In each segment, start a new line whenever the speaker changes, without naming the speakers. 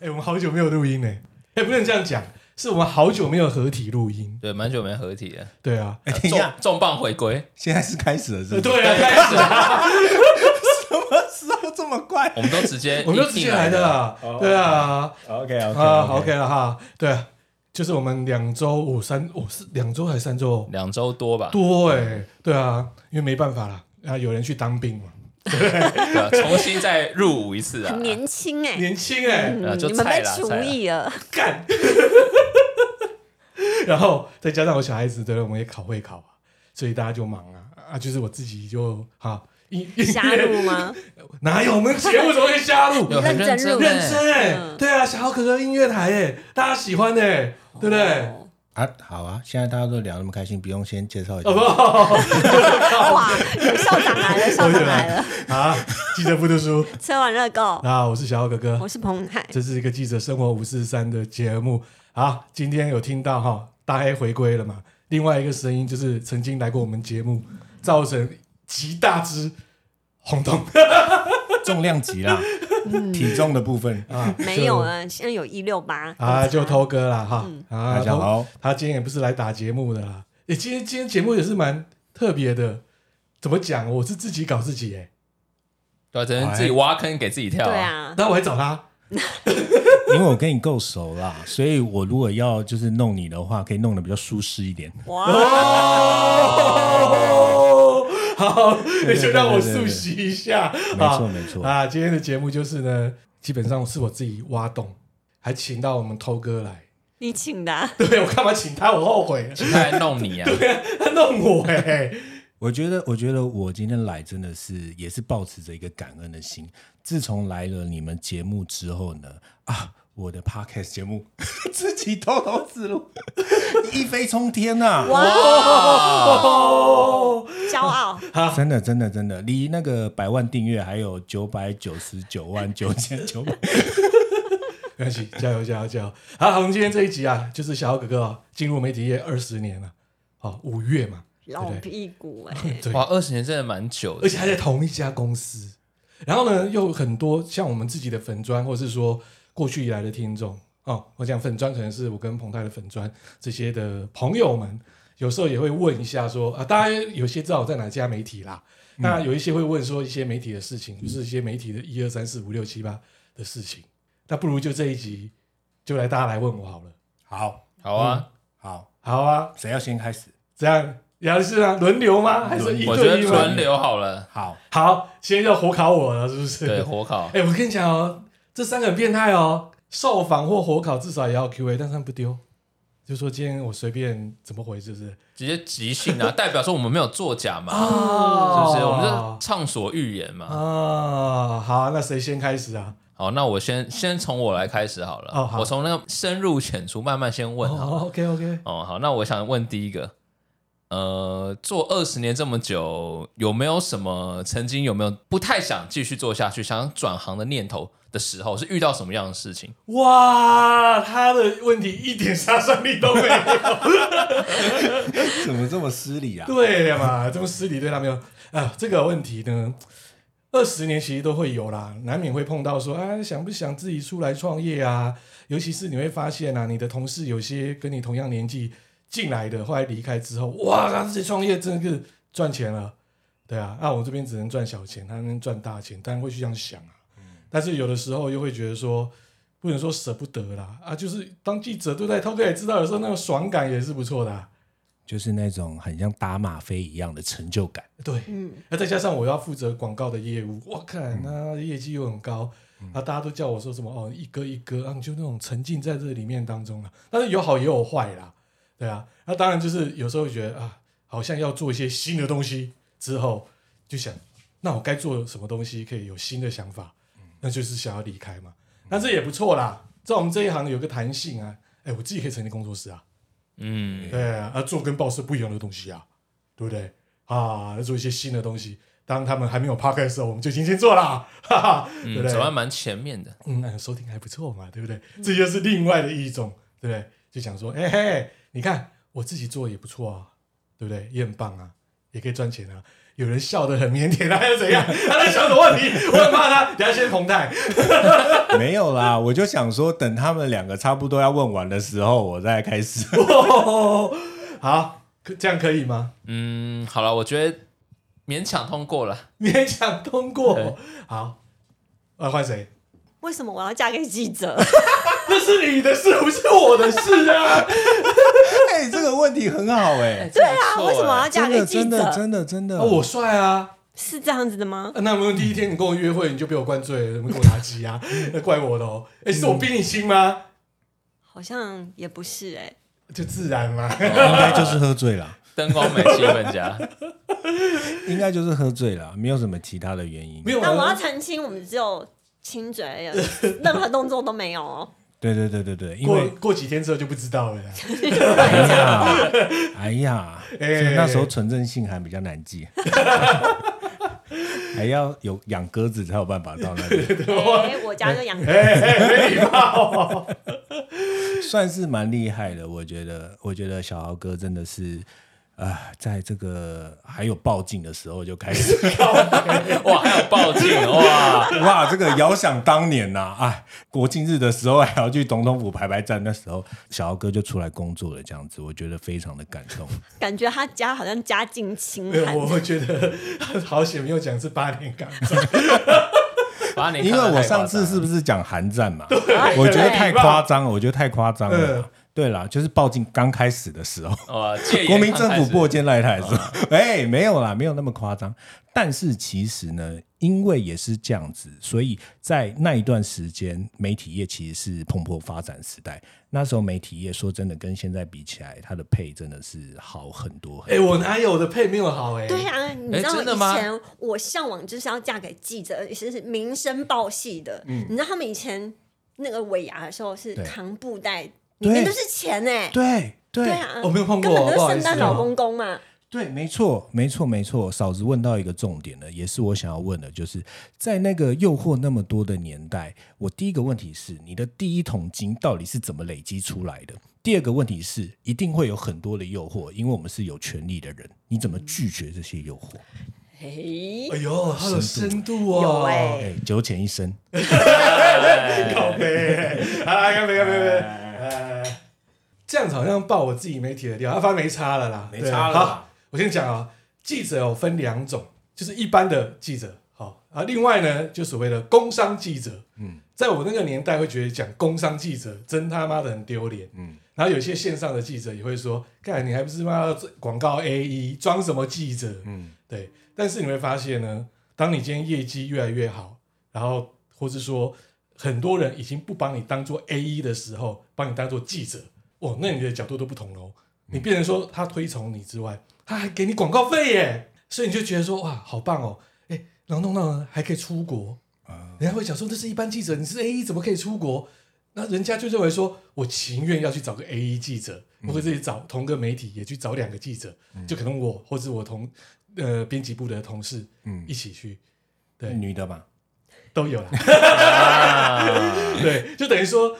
哎好久没有录音呢、哎、不能这样讲，是我们好久没有合体录音。
对，蛮久没合体了，
对啊，
哎、等一
重
下，
重磅回归。
现在是开始了，是不
呃
是？
对啊，开始啊，
什么时候这么快
我们都直 接
我们就直接来的啦
哦。
对啊，
？OK
啊好，OK 了哈。对啊，就是我们两周五三，我是两周还是三周
两周多吧，
多哎、对啊，因为没办法啦，啊，有人去当兵嘛，
对啊重新再入伍一次啊
很。年轻哎、
年轻哎、
嗯
啊就
你们
菜
被
啦
厨
菜啦
艺了，
干。 然后再加上我小孩子，对，我们也考会考啊，所以大家就忙啊啊，就是我自己就啊，一
加入吗？
哪有我们节目怎么会加入？
有啊很认
认真入伍
认真哎、
嗯
对啊，小豪哥哥音乐台哎、大家喜欢哎、对不对？
哦
啊，好啊，现在大家都聊那么开心，不用先介绍一下。
哇，有校长来了，校长来了，
啊，记者不读书
吃完热狗，
啊，我是小豪哥哥
我，是彭海，
这是一个记者生活五四三的节目啊。今天有听到哈，大 A 回归了嘛？另外一个声音就是曾经来过我们节目，造成极大之轰 动
重量级 啦，体重的部分。
啊，
没有啊，现在有一六八
就啊，就头哥啦哈
嗯
啊
大，家
头
好，
他今天也不是来打节目的啦，诶，今天今天节目也是蛮特别的，怎么讲？我是自己搞自己哎、
对啊，只能自己挖坑给自己跳。
对，啊，
那我还找他
因为我跟你够熟啦， 所以我如果要就是弄你的话，可以弄得比较舒适一点。
哇，
哦， 好，
对
就让我
对对
复
对
习一下，
没
啊
错，没错。
啊，今天的节目就是呢，基本上是我自己挖洞，还请到我们偷哥来。
你请的啊，
对我干嘛请他？我后悔了，
请他来弄你啊！
他弄我哎、欸。
我觉得，我觉得我今天来真的是也是抱持着一个感恩的心。自从来了你们节目之后呢，啊，我的 podcast 节目 自己偷偷自录， 一飞冲天啊呐、
哇，
哦，
骄傲，
真的，真的，真的，离那个百万订阅还有九百九十九万九千九百。
没关系，加油加油加油！好，我们今天这一集啊，就是小豪哥哥啊进入媒体业二十年了，哦，五月嘛，
老
对不对
屁股哎，
对，
哇，二十年真的蛮久
而
的。
且还在同一家公司。然后呢，又有很多像我们自己的粉砖，或者是说过去以来的听众哦，我讲粉砖可能是我跟彭泰的粉砖这些的朋友们，有时候也会问一下说啊，大家有些知道我在哪家媒体啦，那有一些会问说一些媒体的事情，就是一些媒体的一二三四五六七八的事情，那不如就这一集就来大家来问我好了，
好，
好啊，
好，
好啊，
谁要先开始？
这样要是啊轮流吗？还是一
我觉得
嗯对一吗
轮？流好了。
好，
好，现在要火烤我了，是不是？
对，火烤
哎、我跟你讲哦，这三个很变态哦，受访或火烤至少也要 Q&A，但是他们不丢，就说今天我随便怎么回，是不是？
直接即兴啊，代表说我们没有作假嘛，是
啊
不是？我们就畅所欲言
哦
嘛。
啊，好，那谁先开始啊？
好，那我先先从我来开始好了。
哦好
我从那个深入浅出慢慢先问哈。
哦，OK OK，
哦，好，那我想问第一个，呃，做二十年这么久，有没有什么曾经有没有不太想继续做下去，想转行的念头的时候，是遇到什么样的事情？
哇，他的问题一点杀伤力都没有，
怎么这么失礼啊？
对呀嘛，这么失礼对他没有啊？这个问题呢？二十年其实都会有啦，难免会碰到说，啊，想不想自己出来创业啊？尤其是你会发现啊，你的同事有些跟你同样年纪进来的，后来离开之后，哇，他自己创业真的是赚钱了，对啊，那、我这边只能赚小钱，啊他能赚大钱，当然会去这样想啊。但是有的时候又会觉得说，不能说舍不得啦，啊，就是当记者对不对？涛哥也知道，有时候那个爽感也是不错的、啊，
就是那种很像打吗啡一样的成就感。
对。
嗯，
那再加上我要负责广告的业务，我看那业绩又很高，那、大家都叫我说什么哦，一哥一哥，啊，你就那种沉浸在这里面当中了、但是有好也有坏啦，对啊。那当然就是有时候会觉得啊，好像要做一些新的东西之后，就想那我该做什么东西可以有新的想法，那就是想要离开嘛。那这也不错啦，在我们这一行有个弹性啊，哎，我自己可以成立工作室啊，
嗯，
对啊，啊做跟报社不一样的东西啊，对不对？啊，做一些新的东西。当他们还没有 p o 的时候，我们就已经先做啦，哈哈，对不
嗯，走在
对？
蛮前面的。
嗯，那收听还不错嘛，对不对？这就是另外的一种，对不对？就想说，哎、嘿，你看我自己做也不错啊，对不对？也很棒啊，也可以赚钱啊。有人笑得很腼腆，他又怎样？他在想什么问题？我很怕他，等下先彭泰。
没有啦，我就想说，等他们两个差不多要问完的时候，我再开始。
好，可这样可以吗？
嗯，好了，我觉得勉强通过了。
勉强通过
对。
好，啊，换谁？
为什么我要嫁给记者？
那是你的事，不是我的事 啊！
哎、这个问题很好哎、
对啊，为什么我要 嫁
真
给
的
记
真的
者？
真的真的，
啊我帅啊！
是这样子的吗？
啊那我们第一天你跟我约会，你就被我灌醉了，怎么跟我打击啊？ 那怪我的哦。哎，是我逼你亲吗？
好像也不是哎、
就自然 嘛。
应该就是喝醉了，
灯光美气氛佳，
应该就是喝醉了，没有什么其他的原因
没。有
那我要
啊，
澄清，我们只有亲嘴而已，任何动作都没有哦。
对对对对对，因
过
为
过几天之后就不知道了啦。
哎呀，哎呀，
哎
所以那时候纯正性还比较难记， 还要有养鸽子才有办法到那里，
哎、我家就养。
哎哎，没礼貌哦。
算是蛮厉害的。我觉得，我觉得小豪哥真的是。啊，在这个还有报警的时候就开始，
哇，还有报警哇！
哇，这个遥想当年呐、啊，哎，国庆日的时候还要去总统府排排站，那时候小豪哥就出来工作了，这样子，我觉得非常的感动。
感觉他家好像家境清
没有，
寒，
哎我会觉得好险没有讲是八年 港战，
把你
因为我上次是不是讲韩战嘛？我觉得太夸张了，我觉得太夸张了
嗯。
啦对啦，就是报警刚开始的时候，
哇，戒严
国民政
刚开
府
始
破，监来台的时候，哎，没有啦，没有那么夸张。但是其实呢，因为也是这样子，所以在那一段时间，媒体业其实是蓬勃发展时代。那时候媒体业说真的，跟现在比起来，它的配真的是好很多很
哎、我哪有我的配没有好哎、
对啊，你知道
真的
以
吗
前我向往就是要嫁给记者，也是民生报系的。
嗯
你知道他们以前那个尾牙的时候是
对
扛布袋，
对
里面都是钱哎、
对对
对啊，
我没有碰过
根本
不
就
好
是
意思啊
圣诞老公公嘛。
对，没错，没错，没错。嫂子问到一个重点了，也是我想要问的，就是在那个诱惑那么多的年代，我第一个问题是，你的第一桶金到底是怎么累积出来的？第二个问题是，一定会有很多的诱惑，因为我们是有权利的人，你怎么拒绝这些诱惑？
嘿，
哎呦，好有深度哦！
有哎
哎，九浅一深，
靠背、 啊，干杯干杯干杯！
哎
呃，这样子好像爆我自己媒体的料，啊，反正没差了啦，
没差了
对
啦
好，我先讲啊、记者有分两种，就是一般的记者，好啊，另外呢，就所谓的工商记者，嗯，在我那个年代会觉得讲工商记者真他妈的很丢脸，嗯。然后有些线上的记者也会说：“看你还不是妈的广告 A E 装什么记者？”嗯，对。但是你会发现呢，当你今天业绩越来越好，然后或是说很多人已经不把你当做 A 一的时候，把你当做记者，哦，那你的角度都不同喽。你变成说他推崇你之外，他还给你广告费耶，所以你就觉得说哇，好棒哦，哎、然后弄到呢还可以出国，人家会讲说这是一般记者，你是 A E，一怎么可以出国？那人家就认为说我情愿要去找个 A 一记者，我会自己找同个媒体也去找两个记者，就可能我或者我同呃编辑部的同事，嗯，一起去对
哎女的嘛，
都有啦。
啊
对，就等于说，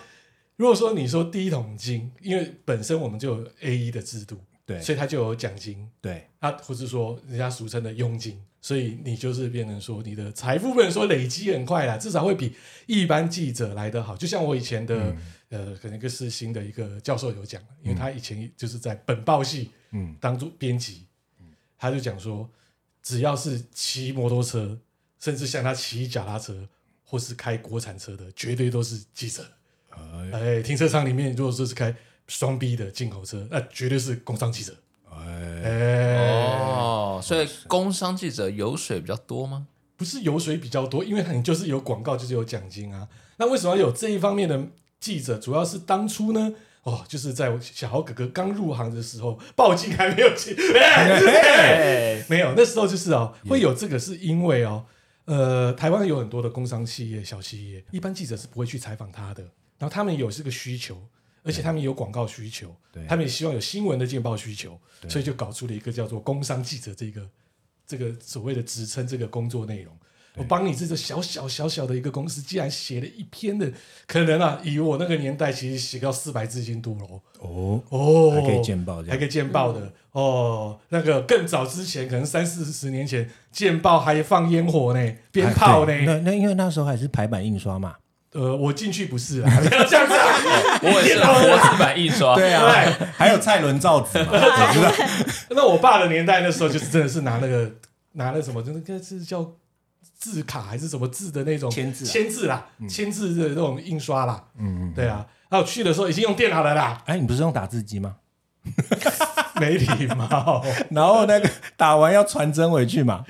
如果说你说第一桶金，因为本身我们就有 A 一的制度，
对
所以它就有奖金，
对，
啊，或是说人家俗称的佣金，所以你就是变成说你的财富不能说累积很快啦，至少会比一般记者来得好。就像我以前的、呃，可能一个世新的一个教授有讲，因为他以前就是在本报系
嗯
当做编辑，他就讲说，只要是骑摩托车，甚至像他骑脚踏车或是开国产车的，绝对都是记者。哎，停车场里面如果说是开双 B 的进口车，那绝对是工商记者。
哎，
哎，
哦，所以工商记者油水比较多吗？
不是油水比较多，因为你就是有广告，就是有奖金啊。那为什么要有这一方面的记者？主要是当初呢，哦，就是在我小豪哥哥刚入行的时候，报警还没有进，
哎，
没有，那时候就是哦，会有这个是因为哦，呃，台湾有很多的工商企业、小企业，一般记者是不会去采访他的，然后他们有这个需求，而且他们有广告需求
对，
他们也希望有新闻的见报需求，所以就搞出了一个叫做工商记者这个这个所谓的职称这个工作内容。我帮你这个小小小小的一个公司，竟然写了一篇的，可能啊，以我那个年代，其实写到四百字已经多了哦。
哦，
哦，
还可以见报这样
还可以见报的、哦。那个更早之前，可能三四十年前，见报还放烟火呢，鞭炮
对那
呢。
那因为那时候还是排版印刷嘛，
呃，我进去不是啊， 不要这样子啊。
我也是活字版印刷，
对啊，还有蔡伦造 纸嘛，你知道？
那我爸的年代那时候，就是真的是拿那个拿那什么，就是那是叫字卡还是什么字的那种
签字啊
签字啦，签字的那种印刷啦。嗯，对啊。还有去的时候已经用电脑了啦，
哎，你不是用打字机吗？
没礼貌。
然后那个打完要传真回去嘛，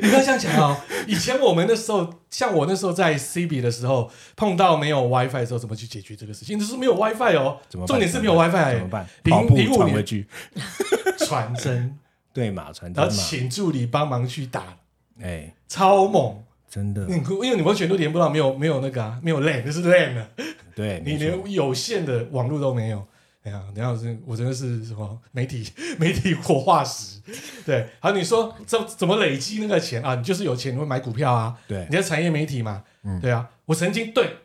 你不要这样讲哦。以前我们那时候，像我那时候在 CB 的时候，碰到没有 WiFi 的时候，怎么去解决这个事情？就是没有 WiFi 哦
怎么，办
重点是没有 WiFi，哎
怎么办？跑
零
步
零五
传回
年
去，
传 真，
对嘛，传真
然后
嘛，
请助理帮忙去打，
哎，
超猛。
真的
你，因为你完全都连不到，没有没有那个啊，没有 LAN，就是 LAN 了，
对，
你
没错
连有线的网络都没有。哎呀，等一下是，我真的是什么媒体 媒体活化石，对。好，你说怎怎么累积那个钱啊？你就是有钱，你会买股票啊，
对
你在产业媒体嘛，对啊，我曾经对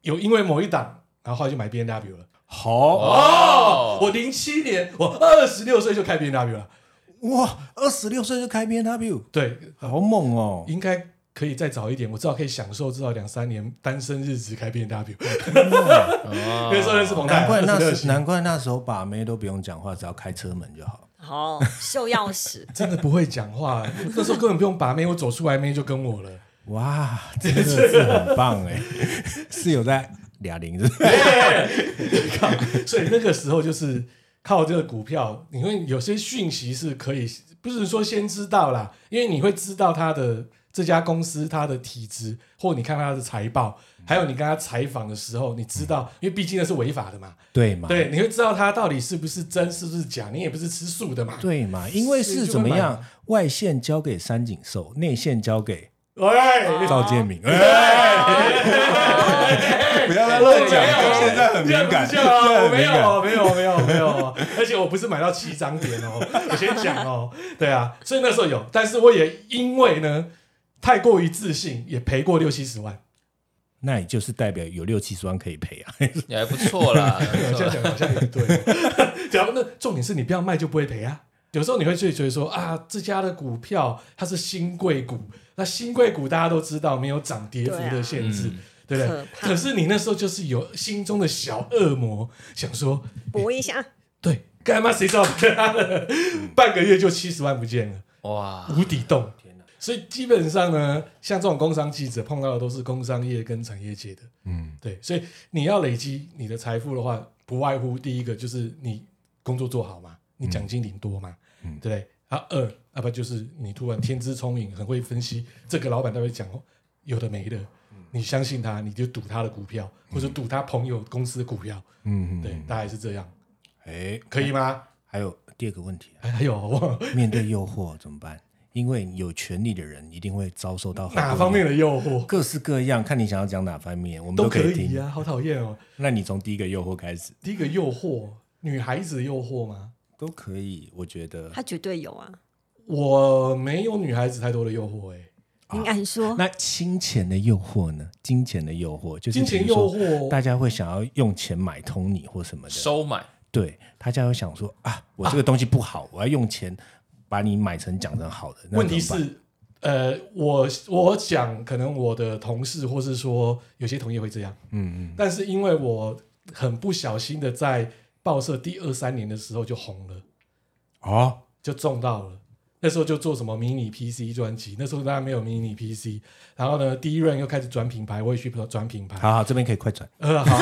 有因为某一档，然后后来就买 B N W 了。
好
哦
我零七年，我二十六岁就开 B N W 了，
哇，二十六岁就开 B N W，
对，
好猛哦！
应该可以再早一点，我至少可以享受至少两三年单身日子开 B N W，
哦
因为说认识彭泰
难
啊，
怪那
26
时
期，
难怪那时候把妹都不用讲话，只要开车门就好。
好，秀钥匙
真的不会讲话， 那时候根本不用把妹，我走出来妹就跟我了。
哇，真的是很棒哎，是有在俩零是不是？
所以那个时候就是靠这个股票，你会有些讯息是可以，不是说先知道啦，因为你会知道它的这家公司它的体质，或你看它的财报，还有你跟他采访的时候，你知道，因为毕竟那是违法的嘛，
对嘛？
对，你会知道它到底是不是真，是不是假，你也不是吃素的嘛。
对嘛？因为是怎么样，外线交给三井寿，内线交给
喂，
赵建明。 哎不要再乱
没有
讲，现在很敏感，
这样不是啊我
很
没
敏
有
感。
哦，没有，没有，没有哦，而且我不是买到七张点哦，我先讲哦，对啊，所以那时候有，但是我也因为呢太过于自信，也赔过六七十万。
那也就是代表有六七十万可以赔啊。
也还不错啦，
对这样讲好像也对哦，只要那重点是你不要卖就不会赔啊。有时候你会去觉得说啊，这家的股票它是新贵股，那新贵股大家都知道没有涨跌幅的限制，对,、不对
可？怕
可是你那时候就是有心中的小恶魔，想说
搏一 下，
对，干嘛谁知道他的半个月就七十万不见了，
哇，
无底洞。所以基本上呢，像这种工商记者碰到的都是工商业跟产业界的，
嗯，
对，所以你要累积你的财富的话，不外乎第一个就是你工作做好嘛，你奖金领多嘛，
嗯
对不对？啊二，啊不就是你突然天资聪颖，很会分析，这个老板他会讲有的没的，
嗯
你相信他，你就赌他的股票，或者赌他朋友公司的股票，
嗯，
对，大概是这样，
哎，
可以吗？
还有第二个问题啊，
哎还还有我忘了
面对诱惑怎么办？因为有权利的人一定会遭受到很多
哪方面的诱惑
各式各样，看你想要讲哪方面，我们
都
可
可
听。
以啊，好讨厌哦！
那你从第一个诱惑开始
第一个诱惑，女孩子的诱惑吗？
都可以，我觉得
他绝对有啊。
我没有女孩子太多的诱惑、欸，
你敢说？
那金钱的诱惑呢？金钱的诱惑就是
金钱
比如说
诱惑
大家会想要用钱买通你或什么的。
收买
对，大家会想说啊，我这个东西不好，我要用钱把你买成讲成好的。那
问题
怎么办
是，呃，我我想可能我的同事或是说有些同业会这样，
嗯嗯，
但是因为我很不小心的在报社第二三年的时候就红了，
哦，
就中到了。那时候就做什么迷你 PC 专辑，那时候当然没有迷你 PC，然后呢，第一任又开始转品牌，我也去转品牌，
好好，这边可以快转。
呃，好，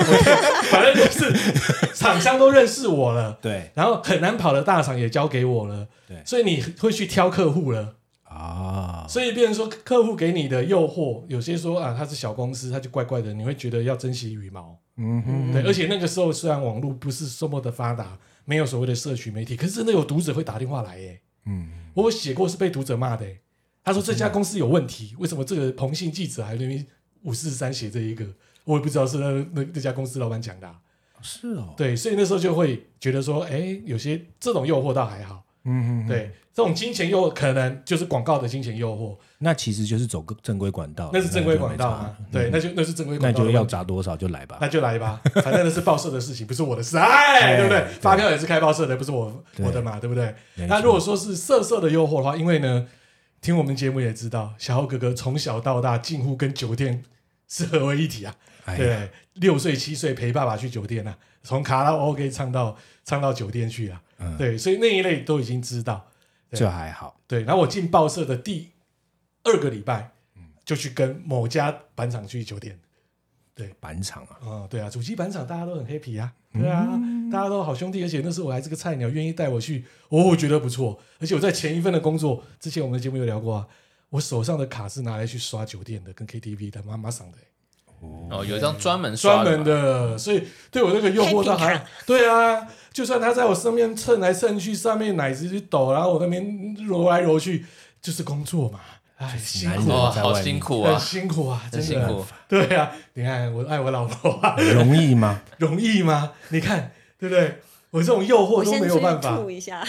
反正就是厂商都认识我了，
对
然后很难跑的大厂也交给我了，
对
所以你会去挑客户了，
啊，
所以变成说客户给你的诱惑，有些说啊，他是小公司，他就怪怪的，你会觉得要珍惜羽毛，
嗯哼，
对，而且那个时候虽然网络不是这么的发达，没有所谓的社群媒体，可是真的有读者会打电话来耶、
嗯，
我有写过是被读者骂的耶、他说这家公司有问题，为什么这个彭姓记者还在那边五四三写这一个，我也不知道是那那那家公司老板讲的啊、
是哦，
对，所以那时候就会觉得说，哎、有些这种诱惑倒还好，
嗯嗯，
对，这种金钱诱惑可能就是广告的金钱诱惑，
那其实就是走个正规管道，
那是正规管道
那就
啊
没差，
对，那就那是正规
那
管道的
就
问题，
要砸多少就来吧
那。就来 吧，反正那是报社的事情，不是我的事，哎，
哎
对不对
对？
发票也是开报社的，不是我
对
我的嘛，对不对？
没
那
错
如果说是色色的诱惑的话，因为呢，听我们节目也知道，小浩哥哥从小到大近乎跟酒店是合为一体啊，
哎呀
对，六岁七岁陪爸爸去酒店啊，从卡拉 OK 唱到唱到酒店去啊，
嗯
对，所以那一类都已经知道，对
这还好，
对。然后我进报社的第二个礼拜，就去跟某家板厂去酒店。
板场啊，
嗯
啊、对啊，主机板厂大家都很 happy 啊，对啊，大家都好兄弟，而且那时候我还是个菜鸟，愿意带我去，哦，我觉得不错。而且我在前一份的工作之前，我们的节目有聊过啊，我手上的卡是拿来去刷酒店的，跟 KTV 的妈妈赏的、欸
哦，有一张专门刷
专门
的
的，所以对我那个诱惑倒还
Happy
好对啊，就算他在我上面蹭来蹭去，上面奶子去抖，然后我那边揉来揉去，就是工作嘛，哎，辛
男
苦
人
啊，
哦，
在
好
外面
辛苦
很
啊，
辛苦啊，真
很
的
辛苦，
对啊，你看我爱我老婆啊。
容易吗？
容易吗？你看，对不对？我这种诱惑
我
都
先
没有办
去
法。
吐一下，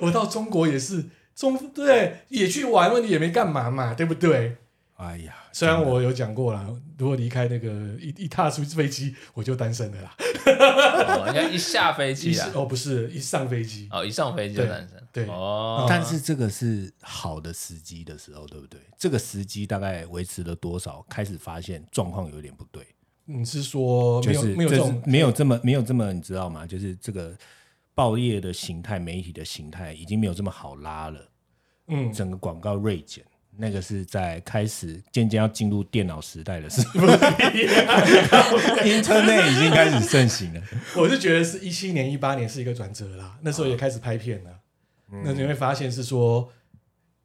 我到中国也是中，对，也去玩，问题也没干嘛嘛，对不对？
哎呀，
虽然我有讲过啦，如果离开那个一一踏出飞机，我就单身了啦。
哦人家一下飞
一
机啊，
哦，不是一上飞机，
哦，一上飞机就诞生，
对对
哦，
但是这个是好的时机的时候，对不对？这个时机大概维持了多少？开始发现状况有点不对，
你嗯是说
就
没有
是
没有这
就是
种
没有这么没有这么，你知道吗？就是这个报业的形态、媒体的形态已经没有这么好拉了，
嗯，
整个广告锐减。那个是在开始渐渐要进入电脑时代的时候，Internet 已经开始盛行了。
我是觉得是一七年、一八年是一个转折啦，那时候也开始拍片了。
啊
那你会发现是说，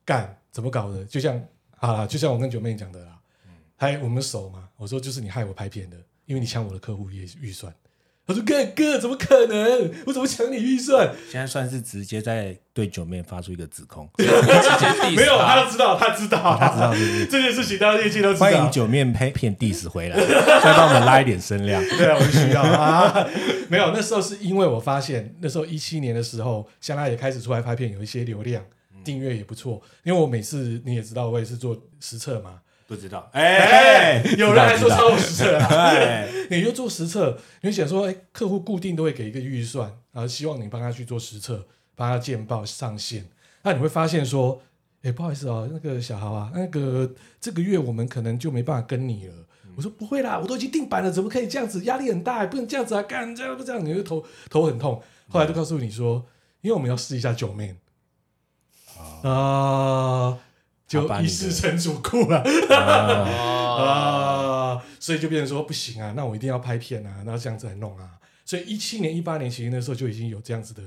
干怎么搞的？就像好啦，就像我跟九妹讲的啦，
嗯
还有我们熟嘛，我说就是你害我拍片的，因为你抢我的客户预预算。他说哥哥怎么可能？我怎么抢你预算？
现在算是直接在对九妹发出一个指控，
直接 diss
没有，
他
他都知道，他知道，
啊他知道是不 是
这件事情，大家业界都知
欢迎
道。
九面拍片 diss 回来，再帮我们拉一点声量。
对啊，我需要啊。 没有，那时候是因为我发现，那时候一七年的时候，香拉也开始出来拍片，有一些流量，
嗯
订阅也不错。因为我每次你也知道，我也是做实测嘛。
不知道，
哎、
哎、
有人还
知
说
道
超我实测
知道
啊。
哎，
你就做实测，你就想说，哎、客户固定都会给一个预算，然后希望你帮他去做实测，帮他见报上线。那你会发现说，哎、不好意思哦，那个小豪啊，那个这个月我们可能就没办法跟你了。
嗯
我说不会啦，我都已经定版了，怎么可以这样子？压力很大，不能这样子啊！干这样不这样，你就头头很痛。后来就告诉你说，因为我们要试一下九妹啊、就
哦他把你
一
的
试成主顾了。
啊
哦，
啊，所以就变成说不行啊，那我一定要拍片啊，然后这样子来弄啊。所以一七年、一八年其实那时候就已经有这样子的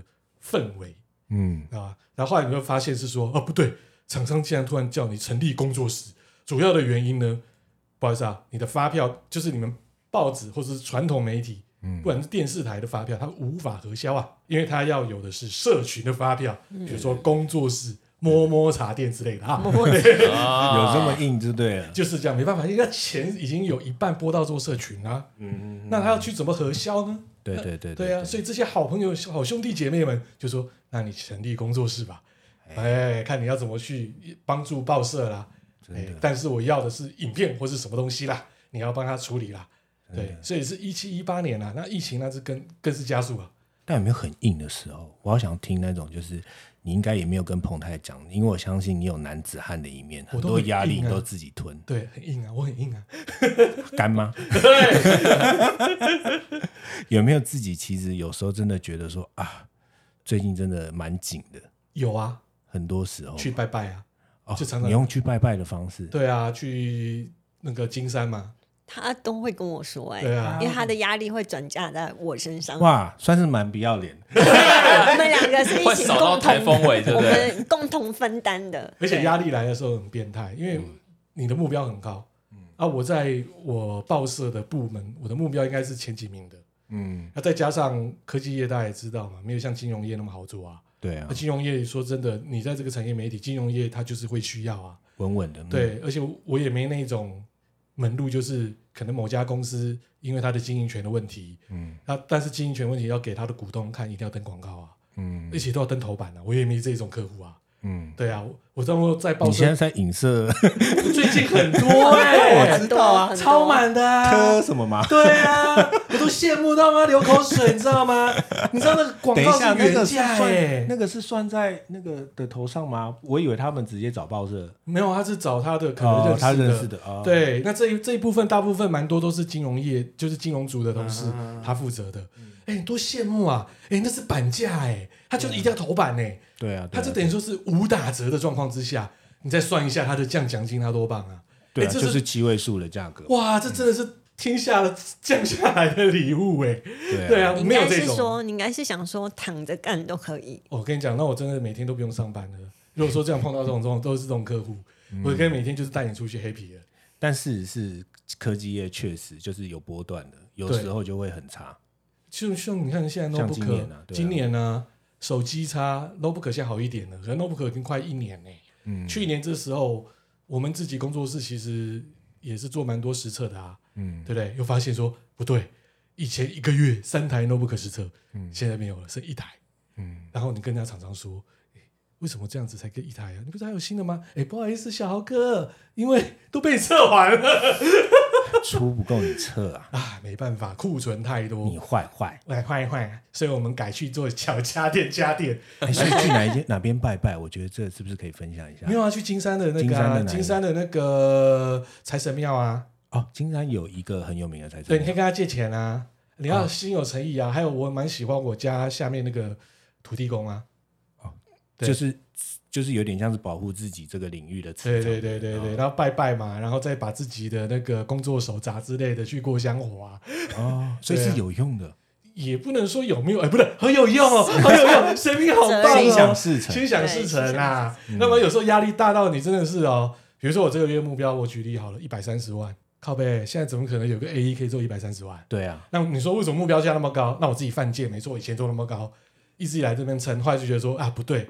氛围
嗯，
啊。然后后来你会发现是说，哦、不对，厂商竟然突然叫你成立工作室，主要的原因呢，不好意思啊，你的发票就是你们报纸或者是传统媒体，不管是电视台的发票，它无法核销啊，因为它要有的是社群的发票，比如说工作室、摸嗯摸茶店之类的啊。
有
有
这么硬就对了。
就是这样，没办法，因为他钱已经有一半拨到做社群啦、啊
嗯，
那他要去怎么核销呢？
对对对
对啊，所以这些好朋友、好兄弟姐妹们就说：“那你成立工作室吧，哎，看你要怎么去帮助报社啦。
真
哎
的，
但是我要的是影片或是什么东西啦，你要帮他处理啦。”对，所以是一七一八年啦，那疫情那是更更是加速啊。
但有没有很硬的时候？我好想听那种，就是你应该也没有跟彭泰讲，因为我相信你有男子汉的一面，
我
很
都
多压力
很硬
你
啊
都自己吞，
对，很硬啊，我很硬啊。
干吗？
对，
有没有自己其实有时候真的觉得说啊，最近真的蛮紧的，
有啊，
很多时候
去拜拜啊。
哦
就常常
你用去拜拜的方式，
对啊，去那个金山嘛。
他都会跟我说、哎、
对啊
因为他的压力会转嫁在我身上。
哇，算是蛮不要脸
嗯
的。
我们两个是一
会
起
扫到
共
台
同，
风尾，对
我
不对？
们共同分担的，
而且
对
压力来的时候很变态，因为
嗯
你的目标很高。啊，我在我报社的部门，我的目标应该是前几名的。
嗯，
那、再加上科技业大家也知道嘛，没有像金融业那么好做啊。
对啊
那、，金融业说真的，你在这个产业媒体，金融业它就是会需要啊。
稳稳的，嗯，
对，而且我我也没那种门路，就是可能某家公司因为它的经营权的问题，嗯，那、但是经营权问题要给他的股东看，一定要登广告啊。
嗯，
一起都要登头版啊，我也没这种客户啊。
嗯，
对啊，我我这么在报
你现
社
在，在 影射
最近很 多哎、
我知道啊很多
超满的、啊
科。什么吗？
对啊，我都羡慕到妈流口水，你知道吗？你知道那个广
等一
告
下，
是
那
原
个是
价
算、
哎、
那个是算在那个的头上吗？我以为他们直接找报社，
没有，啊他是找他的可
哦
能认识的，哦
他认识的哦
对，那这一这一部分大部分蛮多都是金融业，就是金融组的同事，他负责的。哎、你多羡慕啊！哎、那是板价哎、他就是一定要头版哎、
对啊，对
他
啊
就等于说是无打折的状况之下，你再算一下他的降奖金，他多棒啊！
对啊，
哎这
就是是七位数的价格，
哇，这真的是天下的降下来的礼物哎、
对啊
对啊，
你应
没有
该
这
是
种。
说，你应该是想说躺着干都可以。
我跟你讲，那我真的每天都不用上班了。如果说这样碰到这种状况，都是这种客户，我可以每天就是带你出去 happy 了。
但事实是，科技业确实就是有波段的，有
对
时候就会很差。
就像你看现在
像
notebook，
今年啊对啊
今年呢、手机差 notebook 现在好一点了，可能 notebook 已经快一年呢、欸
嗯
去年这时候，我们自己工作室其实也是做蛮多实测的啊，
嗯，
对不对？又发现说不对，以前一个月三台 notebook 实测，现在没有了，剩一台。
嗯，
然后你跟人家厂商说，诶为什么这样子才跟一台啊？你不是还有新的吗？哎、不好意思，小豪哥，因为都被测完了
出不够你测 啊，
啊，没办法，库存太
你
多，
坏 坏。
来换一换，所以我们改去做小家电家电。
哎，所以去哪一间哪边拜拜？我觉得这是不是可以分享一下
没？有啊，去金山的那个、啊、金
金
山
山
的那个财神庙啊，
哦，金山有一个很有名的财
对，
神
你可以
庙，
跟他借钱啊，你要心有诚意啊。还有我蛮喜欢我家下面那个土地公啊，对
就是就是有点像是保护自己这个领域的磁
对
场
对对对对，然后拜拜嘛，然后再把自己的那个工作手札之类的去过香火啊，
哦，所以
对啊
是有用的，
也不能说有没有，哎，不是很有用 哦，很有用，神明好棒哦，
心
想事成
心想事
对
成
心
啊
想。
那么有时候压力大到你真的是哦，比如说我这个月目标，我举例好了，一百三十万，靠背，现在怎么可能有个 A E 可以做一百三十万？
对啊，
那你说为什么目标价那么高？那我自己犯贱，没错，以前做那么高，一直以来这边撑，后来就觉得说啊不对，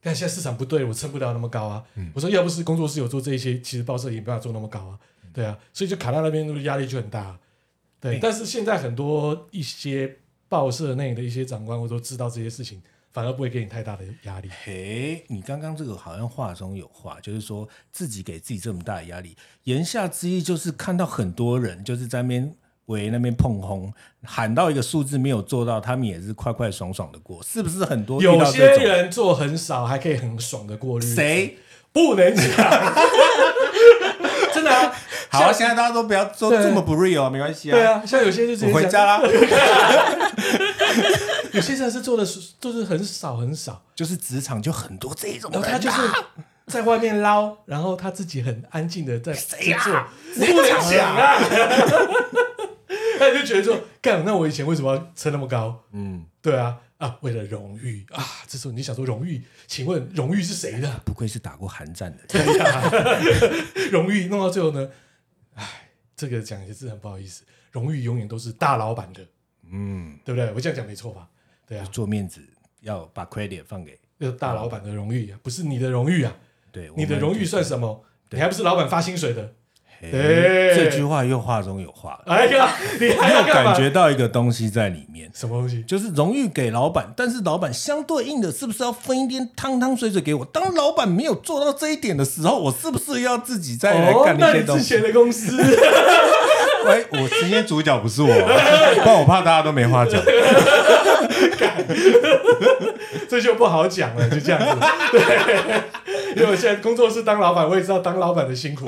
但现在市场不对，我撑不了那么高啊。
嗯
我说要不是工作室有做这一些，其实报社也没办法做那么高啊。
嗯
对啊，所以就卡在那边，压力就很大啊、对，
哎
但是现在很多一些报社内的一些长官，我都知道这些事情，反而不会给你太大的压力。
嘿，你刚刚这个好像话中有话，就是说自己给自己这么大的压力，言下之意就是看到很多人就是在那边围那边碰轰，喊到一个数字没有做到，他们也是快快爽爽的过，是不是很多遇
有
到
些
这种
人做很少，还可以很爽的过日子，
谁？
不能 讲？真的啊，
好、啊，现在大家都不要说
对
这么不 real，啊没关系啊。
对，啊，像有些就直接
我回
讲
家啦。
有些人是做的是就是很少很少，
就是职场就很多这种
然
人、
后
啊，
他就是在外面捞，然后他自己很安静的在
谁
在
啊
做，不能讲啊。 他就觉得说，干，那我以前为什么要撑那么高？
嗯，
对啊，啊，为了荣誉啊，这时候你想说荣誉，请问荣誉是谁 的？
不愧是打过寒战的人。
对呀，荣誉弄到最后呢，唉，这个讲也是很不好意思，荣誉永远都是大老板的，
嗯，
对不对？我这样讲没错吧？对啊，
做面子要把 credit 放给
就是大老板的荣誉啊，不是你的荣誉啊。
对
你的荣誉算什么？你还不是老板发薪水的？
么
哎
这句话又话中有话了，
哎呀，你还
没
要
有
干嘛
感觉到一个东西在里面。
什么东西？
就是荣誉给老板，但是老板相对应的是不是要分一点汤汤水水给我？当老板没有做到这一点的时候，我是不是要自己再来
哦
干，那
那
些
你
东
之
西
前？的公司，
哎、我今天主角不是我，不然我怕大家都没话讲。
这就不好讲了，就这样子。 对， 因为我现在工作室当老板，我也知道当老板的辛 苦。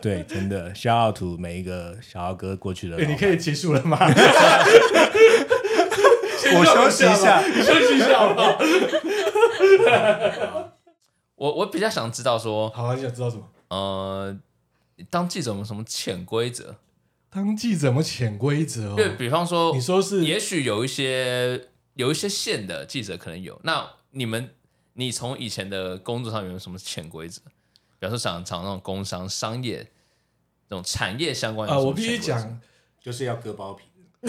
对，真的，小奥图每一个小奥哥过去的老
哎
板、
你可以结束了 吗？
我休息一下
你休息一下好不 好？
我我比较想知道说，
好啊，你想知道什么？
呃，当记者有没有什么潜规则？
当记者有没有潜规则哦
因？为比方说，
你说是
也许有一些有一些县的记者可能有。那你们，你从以前的工作上有没有什么潜规则？比方说，想常那种工商、商业那种产业相关
啊，我必须讲，
就是要割包皮。
不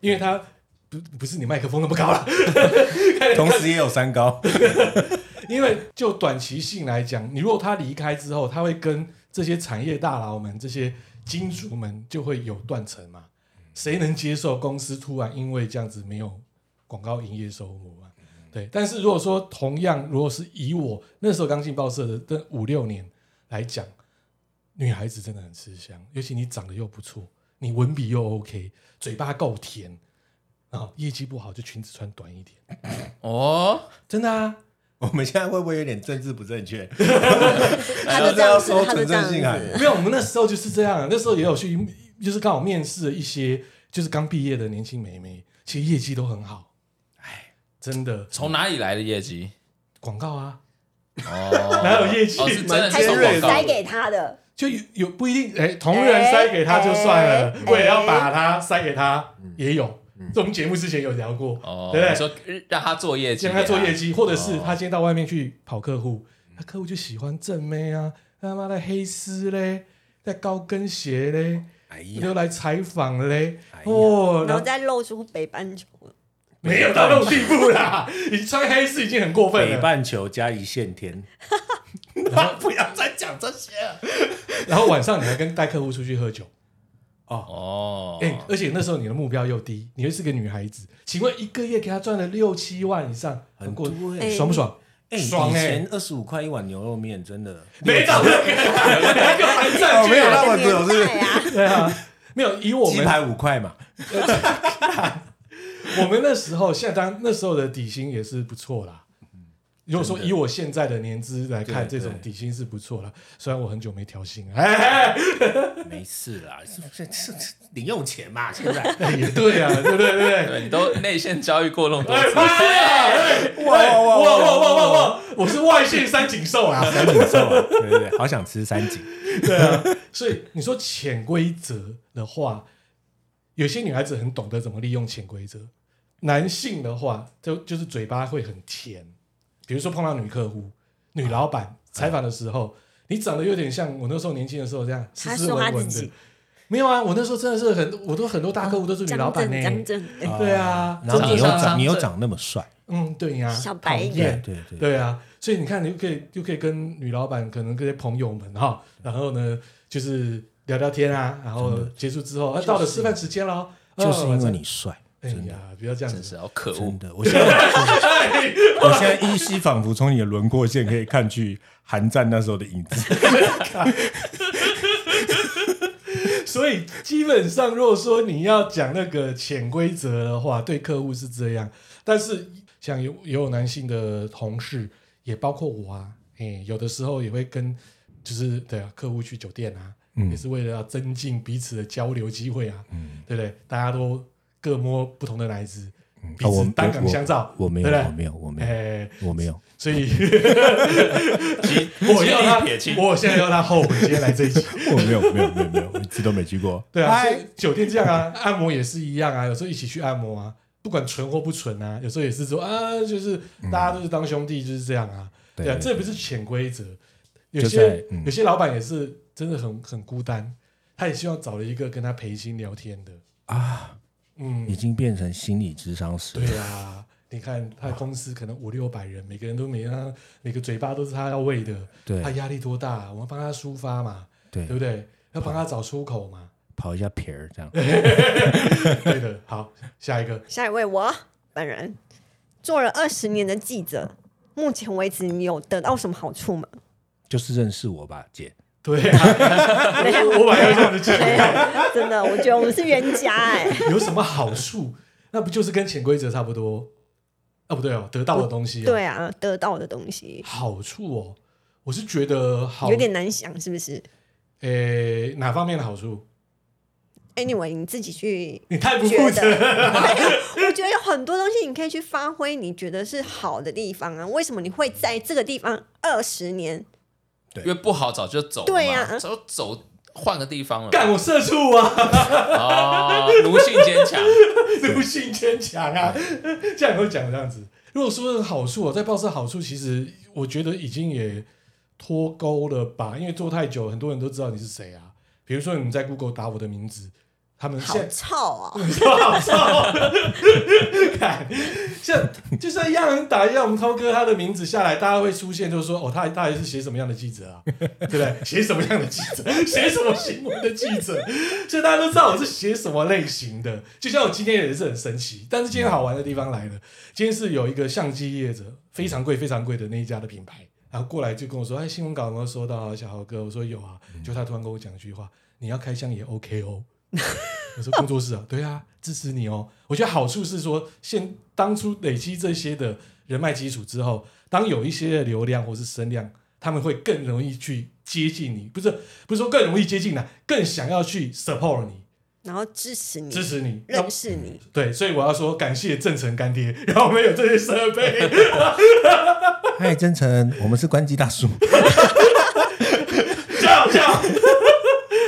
因为他不不是你麦克风那么高了，
同时也有三高，
因为就短期性来讲，你如果他离开之后，他会跟这些产业大佬们、这些金主们就会有断层嘛。谁能接受公司突然因为这样子没有广告营业收入嘛？对。但是如果说同样，如果是以我那时候刚进报社的这五六年来讲，女孩子真的很吃香，尤其你长得又不错，你文笔又 OK，嘴巴够甜，然后业绩不好就裙子穿短一点，
哦，
真的啊。
我们现在会不会有点政治不正确？哎
他就这样
哎
子，他就这样子。
没有，我们那时候就是这样，那时候也有去，就是刚好面试了一些就是刚毕业的年轻美眉，其实业绩都很好，哎，真的
从哪里来的业绩？
广告啊，
哦，
哪有业绩
哦是真的
还
是
是
收
我
广告
塞给他的，
就有有不一定，哎，同仁塞给他就算了，
哎哎
为了要把他塞给他，嗯也有，这我们节目之前有聊过，
哦，
对不对？
你说让他做业绩，啊哦
让他做业，绩，或者是他今天到外面去跑客户，他客户就喜欢正妹啊，他妈的黑丝嘞，带高跟鞋嘞，
哎
又
呀，
来采访嘞
哎呀，
哦，
然后再露出北半球。
没有到那种地步啦，你穿黑丝已经很过分
北
了。
半球加一线天，
不要再讲这些了。
然后晚上你还跟带客户出去喝酒，
哦，
哎、而且那时候你的目标又低，你又是个女孩子，请问一个月给她赚了六七万以上，
很
过
多
哎
爽不爽？
哎，
爽
以
哎
前二十五块一碗牛肉面，真的
没到那个，还给我含 战
没有
券
那我只有是
这个年代啊，
对啊，没有以我
鸡
们
排五块嘛，
我们那时候，现在当然那时候的底薪也是不错啦。如果说以我现在的年资来看，这
对
种
对
底薪是不错啦。虽然我很久没调薪了，哎，
没事啦， 这这这零用钱嘛，现在
也对啊，对不对？对不对？
对你都内线交易过那么多
哎
次，
哎
哇
哎
哇
哇
哇
哇
哇
哇哇哇！我是外线三井寿啊，
三井寿啊，对对对，好想吃三 井，
对啊。所以你说潜规则的话，有些女孩子很懂得怎么利用潜规则，男性的话就就是嘴巴会很甜。比如说碰到女客户、女老板采访的时候，你长得有点像我那时候年轻的时候这样，斯
他
斯
说他
文文
自己
的。没有啊，我那时候真的是很，我都很多大客户都是女老板呢、
张震，张
对啊，
然后你又
真的是啊
长你又长那么帅，
嗯，对呀、
小白
讨
对
厌
对对对，
对啊，所以你看，你就可以就可以跟女老板，可能跟朋友们哈，然后呢，就是聊聊天啊，然后结束之后，啊，到了吃饭时间喽，啊
就是因为，你帅，
哎呀，不要这样
真
子，
是好可恶
哦
真。的，我现
哎
在 我现在依稀仿佛从你的轮廓线可以看去韩战那时候的影 子，
所以基本上，如果说你要讲那个潜规则的话，对客户是这样，但是像有也有男性的同事，也包括我啊，哎，有的时候也会跟就是对啊，客户去酒店啊，
嗯
也是为了要增进彼此的交流机会啊，对不对？大家都各摸不同的奶子，彼
啊我
此单港
我
相照，
我没有，
对
我
不
没有，我没
对？
有，
哎，
我没有，
所 以
极
我要他
极力撇清，
我现在要他后悔，今天来这一集。
我哦没有，没有，没有，没有，我一次都没去过。
对啊，
嗨
所以酒店这样啊，按摩也是一样啊，有时候一起去按摩啊，不管纯或不纯啊，有时候也是说啊，就是大家都是当兄弟，就是这样啊。
嗯对
对啊，
对
这不是潜规则，有
就
些
在嗯
有些老板也是真的很很孤单，他也希望找了一个跟他陪心聊天的
啊，
嗯
已，经变成心理智商师了。
对啊。你看他的公司可能五六百人，每个人都每他每个嘴巴都是他要喂的，
对
他压力多大，我们帮他抒发嘛，
对
对不对？要帮他找出口嘛，
跑一下皮儿这样。
对的。好，下一个，
下一位我本人做了二十年的记者，目前为止你有得到什么好处吗？
就是认识我吧，姐。
对 啊，我我本来要这样子
没
讲，
有， 真的，我觉得我们是冤家哎、
有什么好处？那不就是跟潜规则差不多？啊，不对哦，得到的东西、，
对啊，得到的东西
好处哦，我是觉得好
有，点难想，是不是
诶、哪方面的好处？
？Anyway，你自己去
你太不
觉
负
得，
责了，
没有我觉得有很多东西你可以去发挥，你觉得是好的地方啊。为什么你会在这个地方二十年？
因为不好早就走了嘛，
对呀
早就走换个地方了。
干我社畜啊，
哦，奴性坚强，
奴性坚强啊，这样会讲这样子。如果说是好处哦，在报社好处，其实我觉得已经也脱钩了吧，因为做太久，很多人都知道你是谁啊。比如说你在 Google 打我的名字，他们
好
现
臭哦！
好操！ 看像就像让人打一样，我们涛哥他的名字下来，大家会出现，就是说哦，他他也是写什么样的记者啊，对不对？ 写什么样的记者， 写什么新闻的记者， 所以大家都知道我是写什么类型的。就像我今天也是很神奇，但是今天好玩的地方来了，今天是有一个相机业者，非常贵非常贵的那一家的品牌。然后过来就跟我说：“哎，新闻稿有没有收到啊，小豪哥？”我说：“有啊。”就他突然跟我讲一句话：“你要开箱也 OK 哦。”我说工作室啊， 对啊，支持你哦。我觉得好处是说，现当初累积这些的人脉基础之后，当有一些流量或是声量，他们会更容易去接近你，不是不是说更容易接近啦，更想要去 support 你，
然后支持你，
支持你。
认识你，
对，所以我要说感谢正成干爹， 然后我们有这些设备。
嗨，真诚，我们是关机大叔。
叫叫。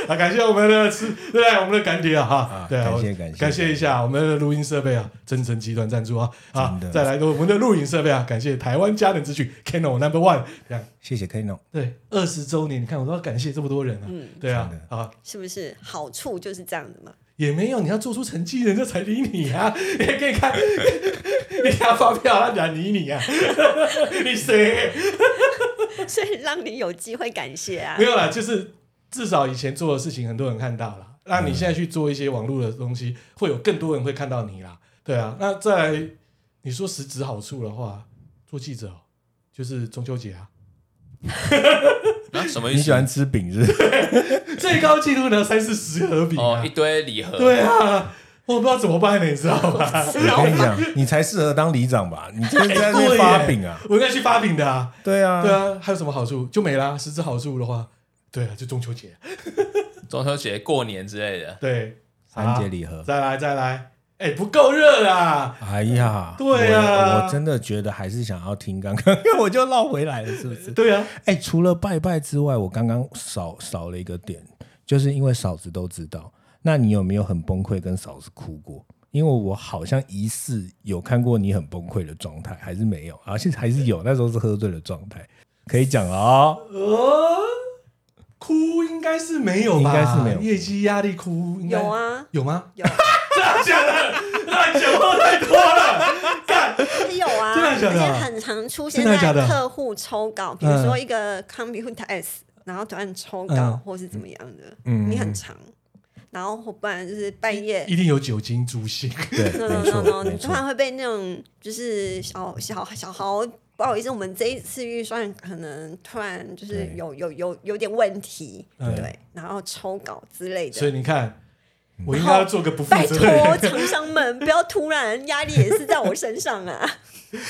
啊，感谢我们的吃，对我们的干爹啊，哈
啊，
对啊，
感谢
我
感谢
感谢一下我们的录音设备啊，真诚集团赞助啊，啊
真，的
再来我们的录影设备啊，感谢台湾佳能之举 Canon Number One，这样
谢谢 Kino，
对，二十周年，你看我都要感谢这么多人啊，对啊，啊，
是不是？好处就是这样子 嘛。
也没有，你要做出成绩，人家才理你啊！ 你可以看，你给他发票，他哪理你啊？ 你谁？
所以让你有机会感谢啊
没。有啦，就是至少以前做的事情，很多人看到了。那你现在去做一些网络的东西，会有更多人会看到你啦。对啊，那再来，你说实质好处的话，做记者、哦、就是中秋节啊，
那什么意
你喜
思？
欢吃饼是不 是？
最高纪录呢三四十和饼、
哦
啊，
一堆礼盒，
对啊，我不知道怎么办呢，你知道吗？
我跟你讲，你才适合当里长吧？你就是在那边发饼啊？
我应该去发饼的啊。
对啊，
对啊，还有什么好处？就没啦。实质好处的话，对啊，就中秋节。
中秋节、过年之类的，
对，
三节礼盒
好。再来再来，哎、不够热啦。
哎呀，
啊对啊
我我真的觉得还是想要听刚刚，我就绕回来了，是不是？
对啊，
哎、除了拜拜之外，我刚刚少少了一个点，就是因为嫂子都知道。那你有没有很崩溃跟嫂子哭过？因为我好像疑似有看过你很崩溃的状态，还是没有？而且还是有，那时候是喝醉的状态，可以讲了哦。
呃，哭应该是没有吧？
应该是没有
业绩压力哭应该
有，啊，
有吗？
有，
乱讲话太多了，干！
有啊，
真的假的
而且
啊
很常出现
真的
在
假的嗯
客户抽稿，比如说一个 Computer S，然后突然抽稿
嗯
或是怎么样的，
嗯
你很长，然后或不然就是半夜。
一定有酒精助兴，
对，
no no
没
no
错
no，
没
你突
错。
然会被那种就是小小小豪，不好意思，我们这一次预算可能突然就是
对
有有有有点问题，
嗯
对，然后抽稿之类的。
所以你看，我应该要做个不负
拜
责
托
任 的人，
厂商们，不要突然压力也是在我身 上啊！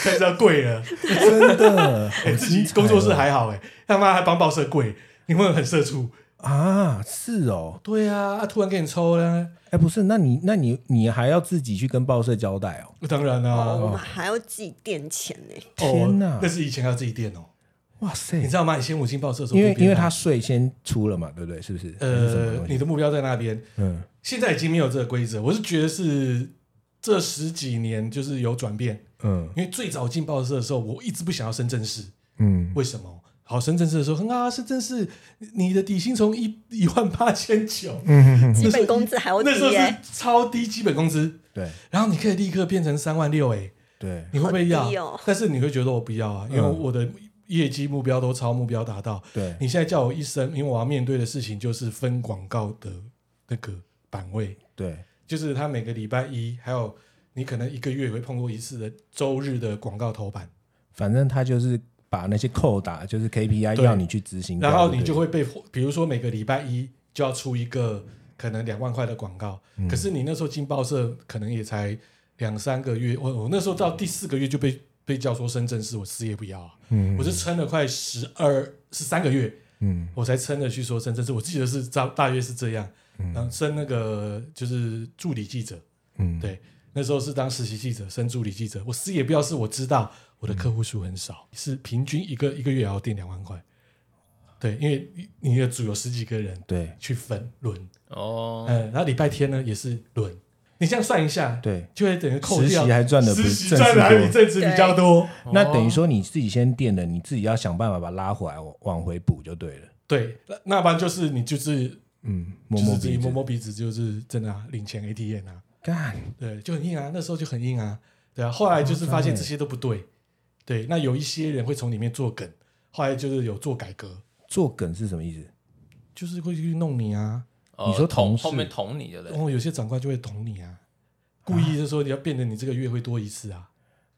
但是要跪 了。
真的，
哎，
好
自己
精彩
工作室
哦
还好哎，他妈还帮报社跪，你会很社畜。
啊，是哦，
对啊，啊突然给你抽呢，
哎、不是，那你那你你还要自己去跟报社交代哦。
当然
哦，我
啊，
们还要寄垫钱呢、
天哪
那是以前要自己垫哦，
哇
嗯
塞
你知道吗？以前我进报社的时候，
因为
多变态
因为他税先出了嘛，对不对？是不是？还是什么
呃，
东西
啊你的目标在那边，
嗯，
现在已经没有这个规则，我是觉得是这十几年就是有转变。
嗯
因为最早进报社的时候，我一直不想要深圳市，
嗯，
为什么？好，深圳市的时候，哼啊，深圳市你的底薪从一 一万八千九，
基本工资还要低
那时候
耶、
是超低基本工资，
对
然后你可以立刻变成三万六，哎，
对，
你会不会要
好低？哦
但是你会觉得我不要啊，因为
嗯
我的业绩目标都超目标达到。
对
你现在叫我一声，因为我要面对的事情就是分广告的那个版位。
对
就是他每个礼拜一，还有你可能一个月也会碰过一次的周日的广告头版，
反正他就是把那些扣打，就是 KPI
对
要你去执行掉，
然后你
嗯对
就
不
会被，比如说每个礼拜一就要出一个可能两万块的广告，
嗯
可是你那时候进报社可能也才两三个月，我我那时候到第四个月就被被叫说深圳市，我死也不要啊，我是撑了快十二十三个月，
嗯
我才撑了去说深圳市，我记得是大大约是这样，然后升那个就是助理记者，
嗯
对，那时候是当实习记者，升助理记者。我私也不要是我知道我的客户数很少，
嗯
是平均一个一个月也要垫两万块。对，因为你你的组有十几个人
对
去分轮，
哦，
嗯，然后礼拜天呢也是轮，你这样算一下，
对，
就会等于扣
实
掉
习还赚的不
实
是
习
正式
赚的还
多
比正职比较多。
那等于说你自己先垫了，你自己要想办法把它拉回来，往往回补就对了。
对，那那不然就是你就是
嗯，
就
摸
是
摸
自
鼻
己
子，
摸摸鼻子，就是真的、啊、领钱 ATM 啊，
干，
对，就很硬啊，那时候就很硬啊，对啊。
哦
后来就是发现这些都不对，对，那有一些人会从里面做梗，后来就是有做改革，
做梗是什么意思？
就是会去弄你啊，
呃
你说
捅
同事
后面捅你的
然
人，
后有些长官就会捅你啊，故意就说你要变得你这个月会多一次啊，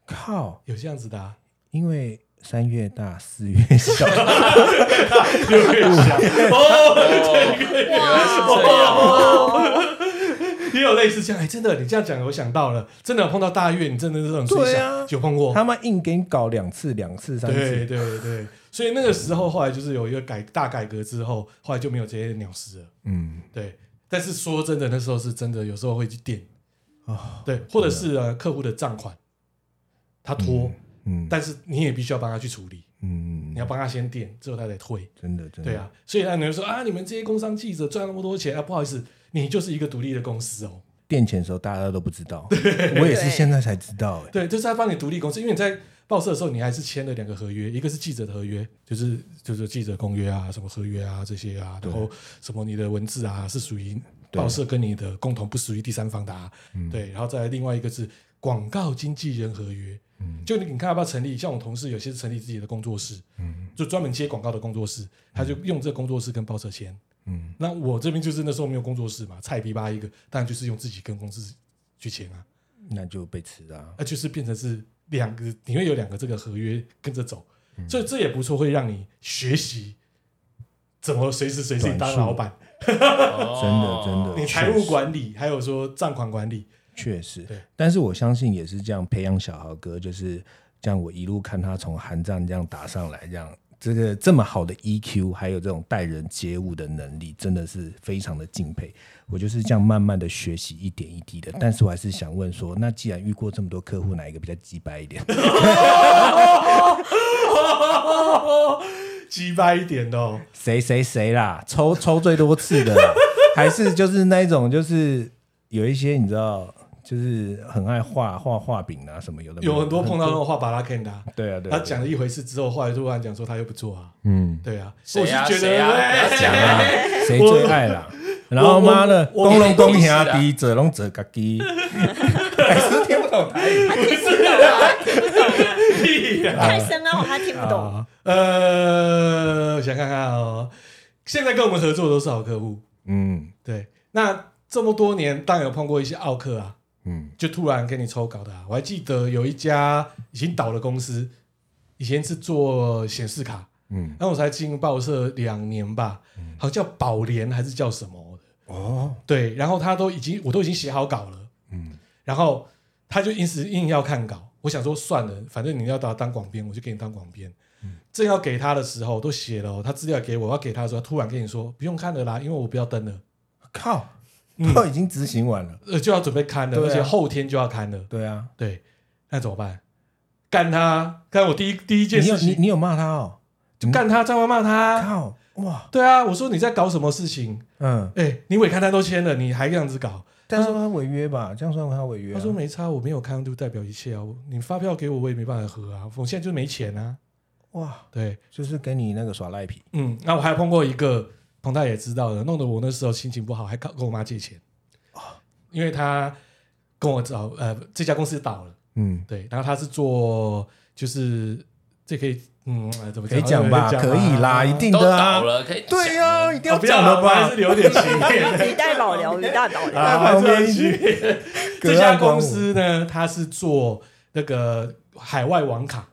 靠，
有这样子的、啊，
因为三月大，四月小，
有点像哦，
原来是这样。
哦，
也有类似这样，哎，真的，你这样讲我想到了，真的碰到大月，你真的是这种思
对
想
啊
有碰过，
他妈硬给你搞两次、两次、三
对
次，
对对，所以那个时候后来就是有一个改大改革之后，后来就没有这些鸟事了。
嗯，
对，但是说真的，那时候是真的，有时候会去垫，
哦，
对，或者是呃客户的账款他拖，
嗯，
但是你也必须要帮他去处理，
嗯，
你要帮他先垫，之后他再退。
真的真的，
对，啊，所以他们就说啊，你们这些工商记者赚那么多钱啊，不好意思，你就是一个独立的公司哦。
垫钱的时候大家都不知道，我也是现在才知道，哎，
对，就是他帮你独立公司，因为你在报社的时候，你还是签了两个合约，一个是记者的合约，就是就是记者公约啊，什么合约啊这些啊，然后什么你的文字啊是属于报社跟你的共同，不属于第三方的啊，对，然后再来另外一个是广告经纪人合约。就你你看要不要成立？像我同事有些是成立自己的工作室，就专门接广告的工作室，他就用这个工作室跟报社签。
嗯
那我这边就是那时候没有工作室嘛，菜逼吧一个，当然就是用自己跟公司去签啊。
那就被吃啊，
啊，就是变成是两个，你会有两个这个合约跟着走，
嗯
所以这也不错，会让你学习怎么随时随地
短
当
处
老板，
哦
真的真的
你财务管理，还有说账款管 理，
确实
对，
但是我相信也是这样培养小豪哥，就是这样，我一路看他从韩战这样打上来，这样这个这么好的 EQ，还有这种待人接物的能力，真的是非常的敬佩。我就是这样慢慢的学习一点一滴的，但是我还是想问说，那既然遇过这么多客户，哪一个比较鸡掰一点？
鸡掰一点的哦，
谁谁谁啦，抽抽最多次的啦，还是就是那一种，就是有一些你知道，就是很爱画画画饼啊什么，有的没
有
的
很多碰到那种画巴拉 Ken 的啊、
对啊对啊，
他讲了一回事之后，后来突然讲说他又不做啊，
嗯。
对啊，
谁啊
我是觉
谁
得
啊
哎
不要讲啊
谁最爱啦？然后妈的，
我
公龙公
我
兄
我
弟，者龙者嘎鸡，还是听不懂台语。
屁 呀
太深奥，他听不
啊
懂。
呃，我想看看哦，现在跟我们合作的都是好客户，
嗯
对，那这么多年，当然有碰过一些奥客啊，
嗯，
就突然给你抽稿的、啊。我还记得有一家已经倒了公司，以前是做显示卡，
嗯，
然后我才进报社两年吧，好像叫宝联还是叫什么的，
哦，
对，然后他都已经我都已经写好稿了，
嗯，
然后他就硬是硬要看稿，我想说算了，反正你要当当广编，我就给你当广编。正要给他的时候，都写了、哦，他资料给我，我要给他的时候，他突然跟你说不用看了啦，因为我不要登了。
靠，都已经执行完了。
呃，就要准备刊了，
对啊
而且后天就要刊了。
对啊，
对，那怎么办？干他！干我第一第一件
你有
事
你
情，
你有骂他哦？
就
嗯
干他，再骂骂他。
靠，哇，
对啊，我说你在搞什么事情？
嗯，
哎、你伪刊单都签了，你还这样子搞？
但是他违约吧？这样算他违约啊？
他说没差，我没有刊就代表一切啊，我你发票给我，我也没办法核啊，我现在就是没钱啊。
哇，
对，
就是给你那个耍赖皮，
嗯，那我还碰过一个，彭大也知道的，弄得我那时候心情不好，还搞跟我妈借钱
哦
因为他跟我找呃这家公司倒了。
嗯，
对，然后他是做就是这可以嗯呃怎么
可以讲吧？可以啦，一定
都
的
倒
啊。
了，可以讲
对啊，一定要
哦不要
讲
了，
的
我还是
吧？
留点情 面
语带保留，语带保 留。
啊，还
旁
是要
边
去这
隔
家
岸观
公
火
司呢，它是做那个海外网卡，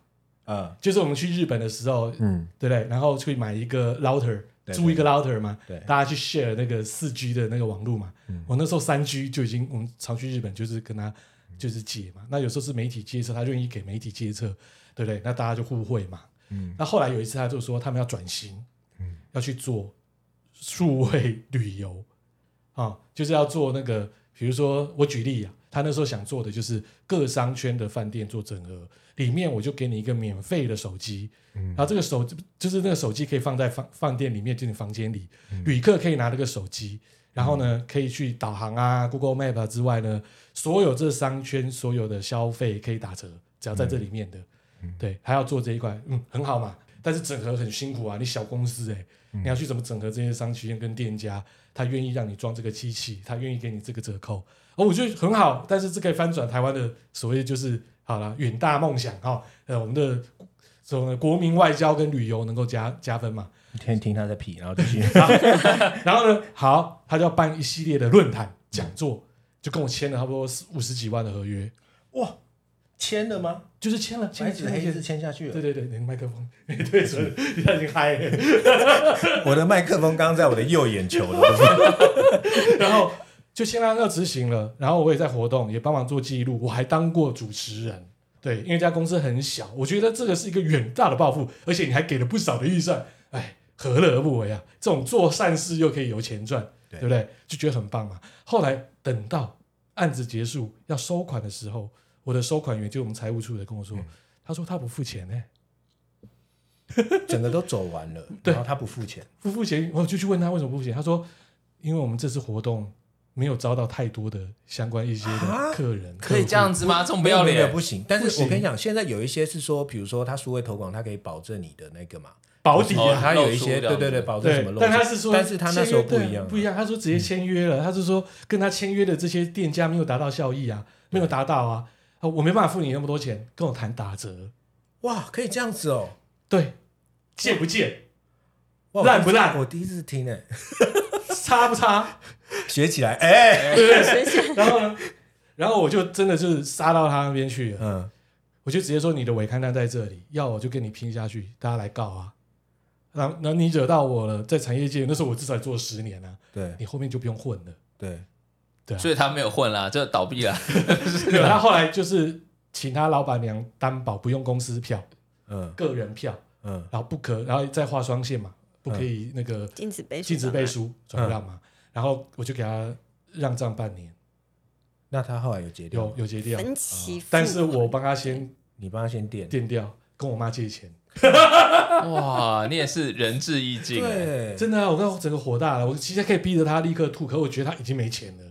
嗯
就是我们去日本的时候，
嗯，
对不对？然后去买一个 router，
对
租一个 router 嘛，
对嗯
大家去 share 那个四 G 的那个网络嘛。我那时候三 G 就已经，我们常去日本就是跟他
嗯
就是借嘛。那有时候是媒体接车，他愿意给媒体接车，对不对？那大家就互惠嘛。
嗯
那后来有一次他就说他们要转型，要去做数位旅游啊，就是要做那个，比如说我举例啊，他那时候想做的就是各商圈的饭店做整合，里面我就给你一个免费的手机，然后这个手就是那个手机可以放在房饭店里面，就你房间里，旅客可以拿那个手机，然后呢，可以去导航啊，Google Map 啊之外呢，所有这商圈所有的消费可以打折，只要在这里面的，对，还要做这一块，嗯，很好嘛。但是整合很辛苦啊，你小公司哎、你要去怎么整合这些商圈跟店家？他愿意让你装这个机器，他愿意给你这个折扣，哦，我觉得很好。但是这可以翻转台湾的所谓就是好了，远大梦想哈、呃，我们的什么国民外交跟旅游能够加加分嘛。
天听他在皮，然后继 续。
然后呢，好，他就要办一系列的论坛讲座，就跟我签了差不多五十几万的合约，
哇，签了吗？
就是签了，签
白
了
纸
签了
黑
签
字
了。
签下去
对
了。
对对，你的麦克风， 对，所以他已经嗨了。
我的麦克风刚刚在我的右眼球了，
然后就先让他执行了，然后我也在活动，也帮忙做记录，我还当过主持人。对，因为这家公司很小，我觉得这个是一个远大的抱负，而且你还给了不少的预算，哎，何乐而不为啊？这种做善事又可以有钱赚，
对
对不对？就觉得很棒嘛。后来等到案子结束要收款的时候，我的收款员就我们财务处的跟我说，他说他不付钱呢、
整个都走完了，然后他不付钱，
不付钱，我就去问他为什么不付钱，他说因为我们这次活动没有招到太多的相关一些
啊
的客人，
可以这样子吗？这么不要
没有没有
脸
不，行。但
不
是
行
我跟你讲，现在有一些是说，比如说他数位投广，他可以保证你的那个嘛，
保底
哦
啊。
他有一
漏出这
些对
样
对对，
子
保证什
对
么，漏
但
出
他是说，
但是他那时候不
签约
一样，啊
对不一样。他说直接签约了，他是说跟他签约的这些店家没有达到效益啊，没有达到啊，啊我没办法付你那么多钱，跟我谈打折，
哇，可以这样子哦，
对，借不 借，
哇
烂不烂
我第一次听诶，
差不差，
学起来哎，
然后呢，然后我就真的就是杀到他那边去了，
嗯，
我就直接说你的伪刊单在这里，要我就跟你拼下去，大家来告啊。然后，然后你惹到我了，在产业界那时候我至少也做了十年啊，
对
你后面就不用混了。
对，
所以他没有混啦，就倒闭了。
对，他后来就是请他老板娘担保，不用公司票，
嗯
个人票，
嗯
然后不可，然后再画双线嘛，不可以那个
禁止背书，嗯
禁止背，书转让嘛。然后我就给他让账半年，
那他后来有结掉
有
吗，
有结掉，
分期付款，
但是我帮他先
你帮他先垫，
垫掉，跟我妈借钱。
哇，你也是仁至义尽欸，
对，
真的啊，我刚整个火大了，我其实可以逼着他立刻吐，可我觉得他已经没钱了。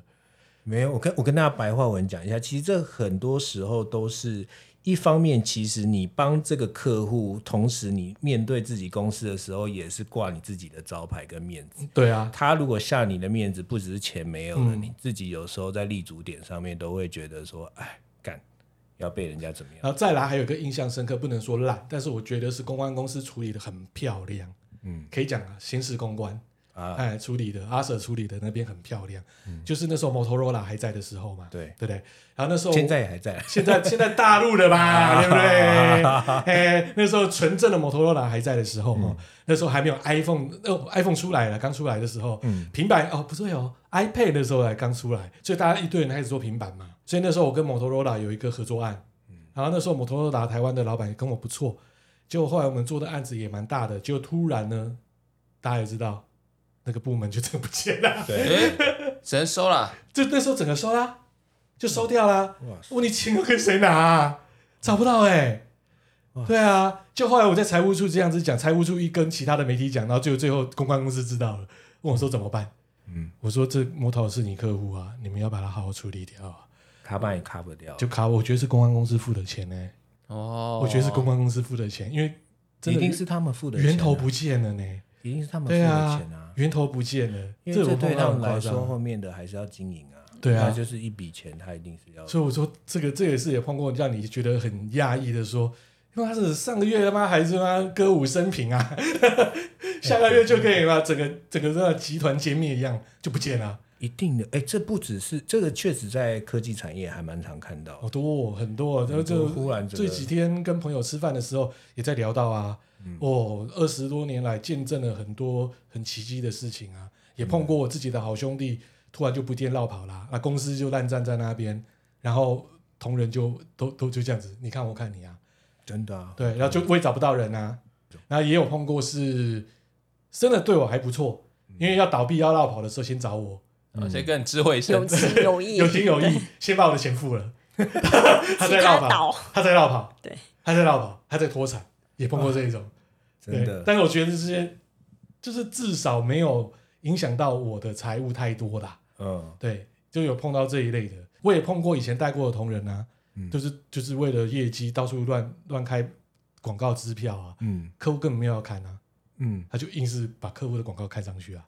没有，我跟我跟大家白话文讲一下，其实这很多时候都是一方面，其实你帮这个客户，同时你面对自己公司的时候，也是挂你自己的招牌跟面子。
对啊，
他如果下你的面子，不只是钱没有了，
嗯
你自己有时候在立足点上面都会觉得说，哎，干要被人家怎么样？
然后再来还有一个印象深刻，不能说烂，但是我觉得是公关公司处理的很漂亮，
嗯
可以讲啊，新式公关。
啊，嗯
哎，处理的阿 Sir 处理的那边很漂亮，就是那时候 Motorola 还在的时候嘛，
对
对不对？然后那时候
现在也还在，
现在 现在大陆的嘛，对不对？ 哎，那时候纯正的 Motorola 还在的时候哦，那时候还没有 iPhone，呃，iPhone 出来了，刚出来的时候，平板哦，不是有 iPad 的时候才刚出来，所以大家一堆人开始做平板嘛。所以那时候我跟 Motorola 有一个合作案，然后那时候 Motorola 台湾的老板跟我不错，结果后来我们做的案子也蛮大的，结果突然呢，大家也知道那个部门就真的不见了，
对，
哎，只能收了。
就那时候整个收啦，就收掉啦。
哇
我你钱都跟谁拿、啊？找不到哎、对啊，就后来我在财务处这样子讲，财务处一跟其他的媒体讲，然后就最后公关公司知道了，问我说怎么办？嗯，我说这摩托是你客户啊，你们要把它好好处理掉啊。
他帮你 cover 掉，
就卡我，我觉得是公关公司付的钱呢、欸
哦，
我觉得是公关公司付的钱，因为真
一
的
定是他们付的钱啊、
源头不见了呢、
一定是他们付
对
的
啊
钱啊，，
源头不见了，
因为
我
这对
碰到
他
很
们
夸
来
张啊
说，后面的还是要经营啊。
对啊
那就是一笔钱，他一定是要。
所以我说，这个这也是也碰过让你觉得很讶异的说，因为他是上个月他妈还是他妈歌舞升平啊， 下个月就可以把整个整个这个集团歼灭一样就不见了，
一定的，哎，这不只是这个，确实在科技产业还蛮常看到
好多、哦、很多、哦，然后
很多
就
忽然这个
这几天跟朋友吃饭的时候也在聊到啊，哦，二十多年来见证了很多很奇迹的事情啊，也碰过我自己的好兄弟突然就不见落跑啦，啊，公司就烂站在那边，然后同仁就都都就这样子，你看我看你啊。
真的啊。
对，然后就我也找不到人啊，然后也有碰过是真的对我还不错，
嗯
因为要倒闭要落跑的时候先找 我，
而且更智慧一些
有，情有义，
有情有义，先把我的钱付 了，他在
其
落
他
跑
倒，
他在落跑，
对，
他在落跑，他在脱产，也碰过这一种，
啊真
对
的，
但是我觉得这些就是至少没有影响到我的财务太多啦。
嗯，
对，就有碰到这一类的，我也碰过以前带过的同仁啊，
嗯
就是就是为了业绩到处乱乱开广告支票啊，
嗯
客户根本没有要看啊，
嗯，
他就硬是把客户的广告开上去啊，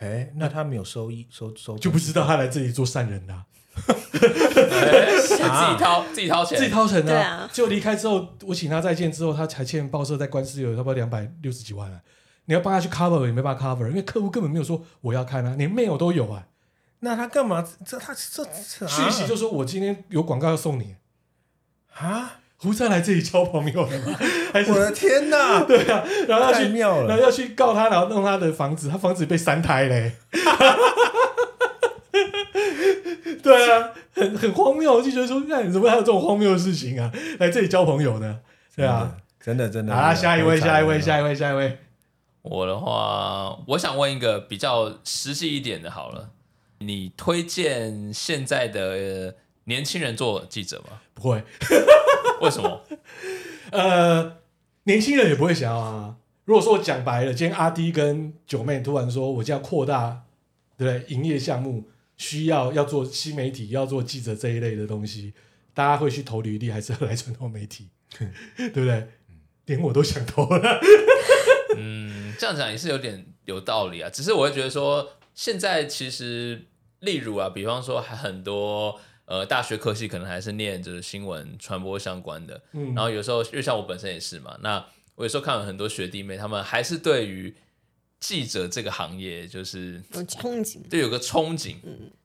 哎，那他没有收益收收
就不知道他来这里做善人的、啊，
哎自己
啊
掏自己掏钱，
自己掏成
对啊
就离开之后，我请他再见之后，他才欠报社在官司有差不多两百六十几万啊。你要帮他去 cover 也没办法 cover，因为客户根本没有说我要看啊，连 mail 都有啊，
那他干嘛？这他这
啊
这
讯息就说我今天有广告要送你，
啊！
胡再来这里交朋友了吗？还是
我的天哪！
对啊，然后要
太
去
妙
然后
了！
要去告他，然后弄他的房子，他房子被三胎嘞。 对啊，很很荒谬，我就觉得说，那你怎么还有这种荒谬的事情啊？来这里交朋友呢？对啊，
真的，真的真的。
好啦，下一位，下一位，
一
下一位，下一位。
我的话，我想问一个比较实际一点的，好了，你推荐现在的呃年轻人做记者吗？
不会，
为什么？
呃，年轻人也不会想要啊。如果说我讲白了，今天阿 D 跟九妹突然说，我就要扩大，对不对？营业项目需要要做新媒体，要做记者这一类的东西，大家会去投履历，还是要来传统媒体？ 对不对？ 连我都想投了。
嗯，这样讲也是有点有道理啊。只是我会觉得说，现在其实，例如啊，比方说还很多呃大学科系可能还是念就是新闻传播相关的，
嗯
然后有时候，因为像我本身也是嘛，那我有时候看了很多学弟妹，他们还是对于记者这个行业就是
有憧憬，
就有个憧憬，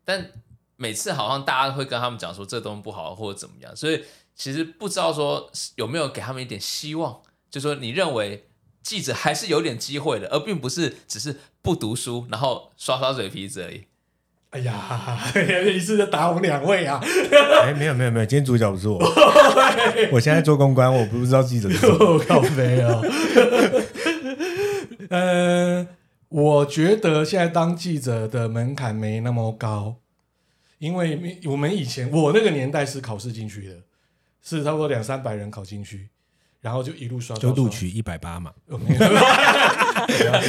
但每次好像大家会跟他们讲说这东西不好或者怎么样，所以其实不知道说有没有给他们一点希望，就说你认为记者还是有点机会的，而并不是只是不读书然后刷刷嘴皮子而已。
哎呀， 一次就打我们两位啊！
哎，没有没有没有，今天主角不 是我，我现在做公关，我不知道记者是什 么。
我哦靠，没有。呃，我觉得现在当记者的门槛没那么高，因为我们以前我那个年代是考试进去的，是差不多两三百人考进去，然后就一路刷刷
就
刷
录取一百八嘛，
哦没有没有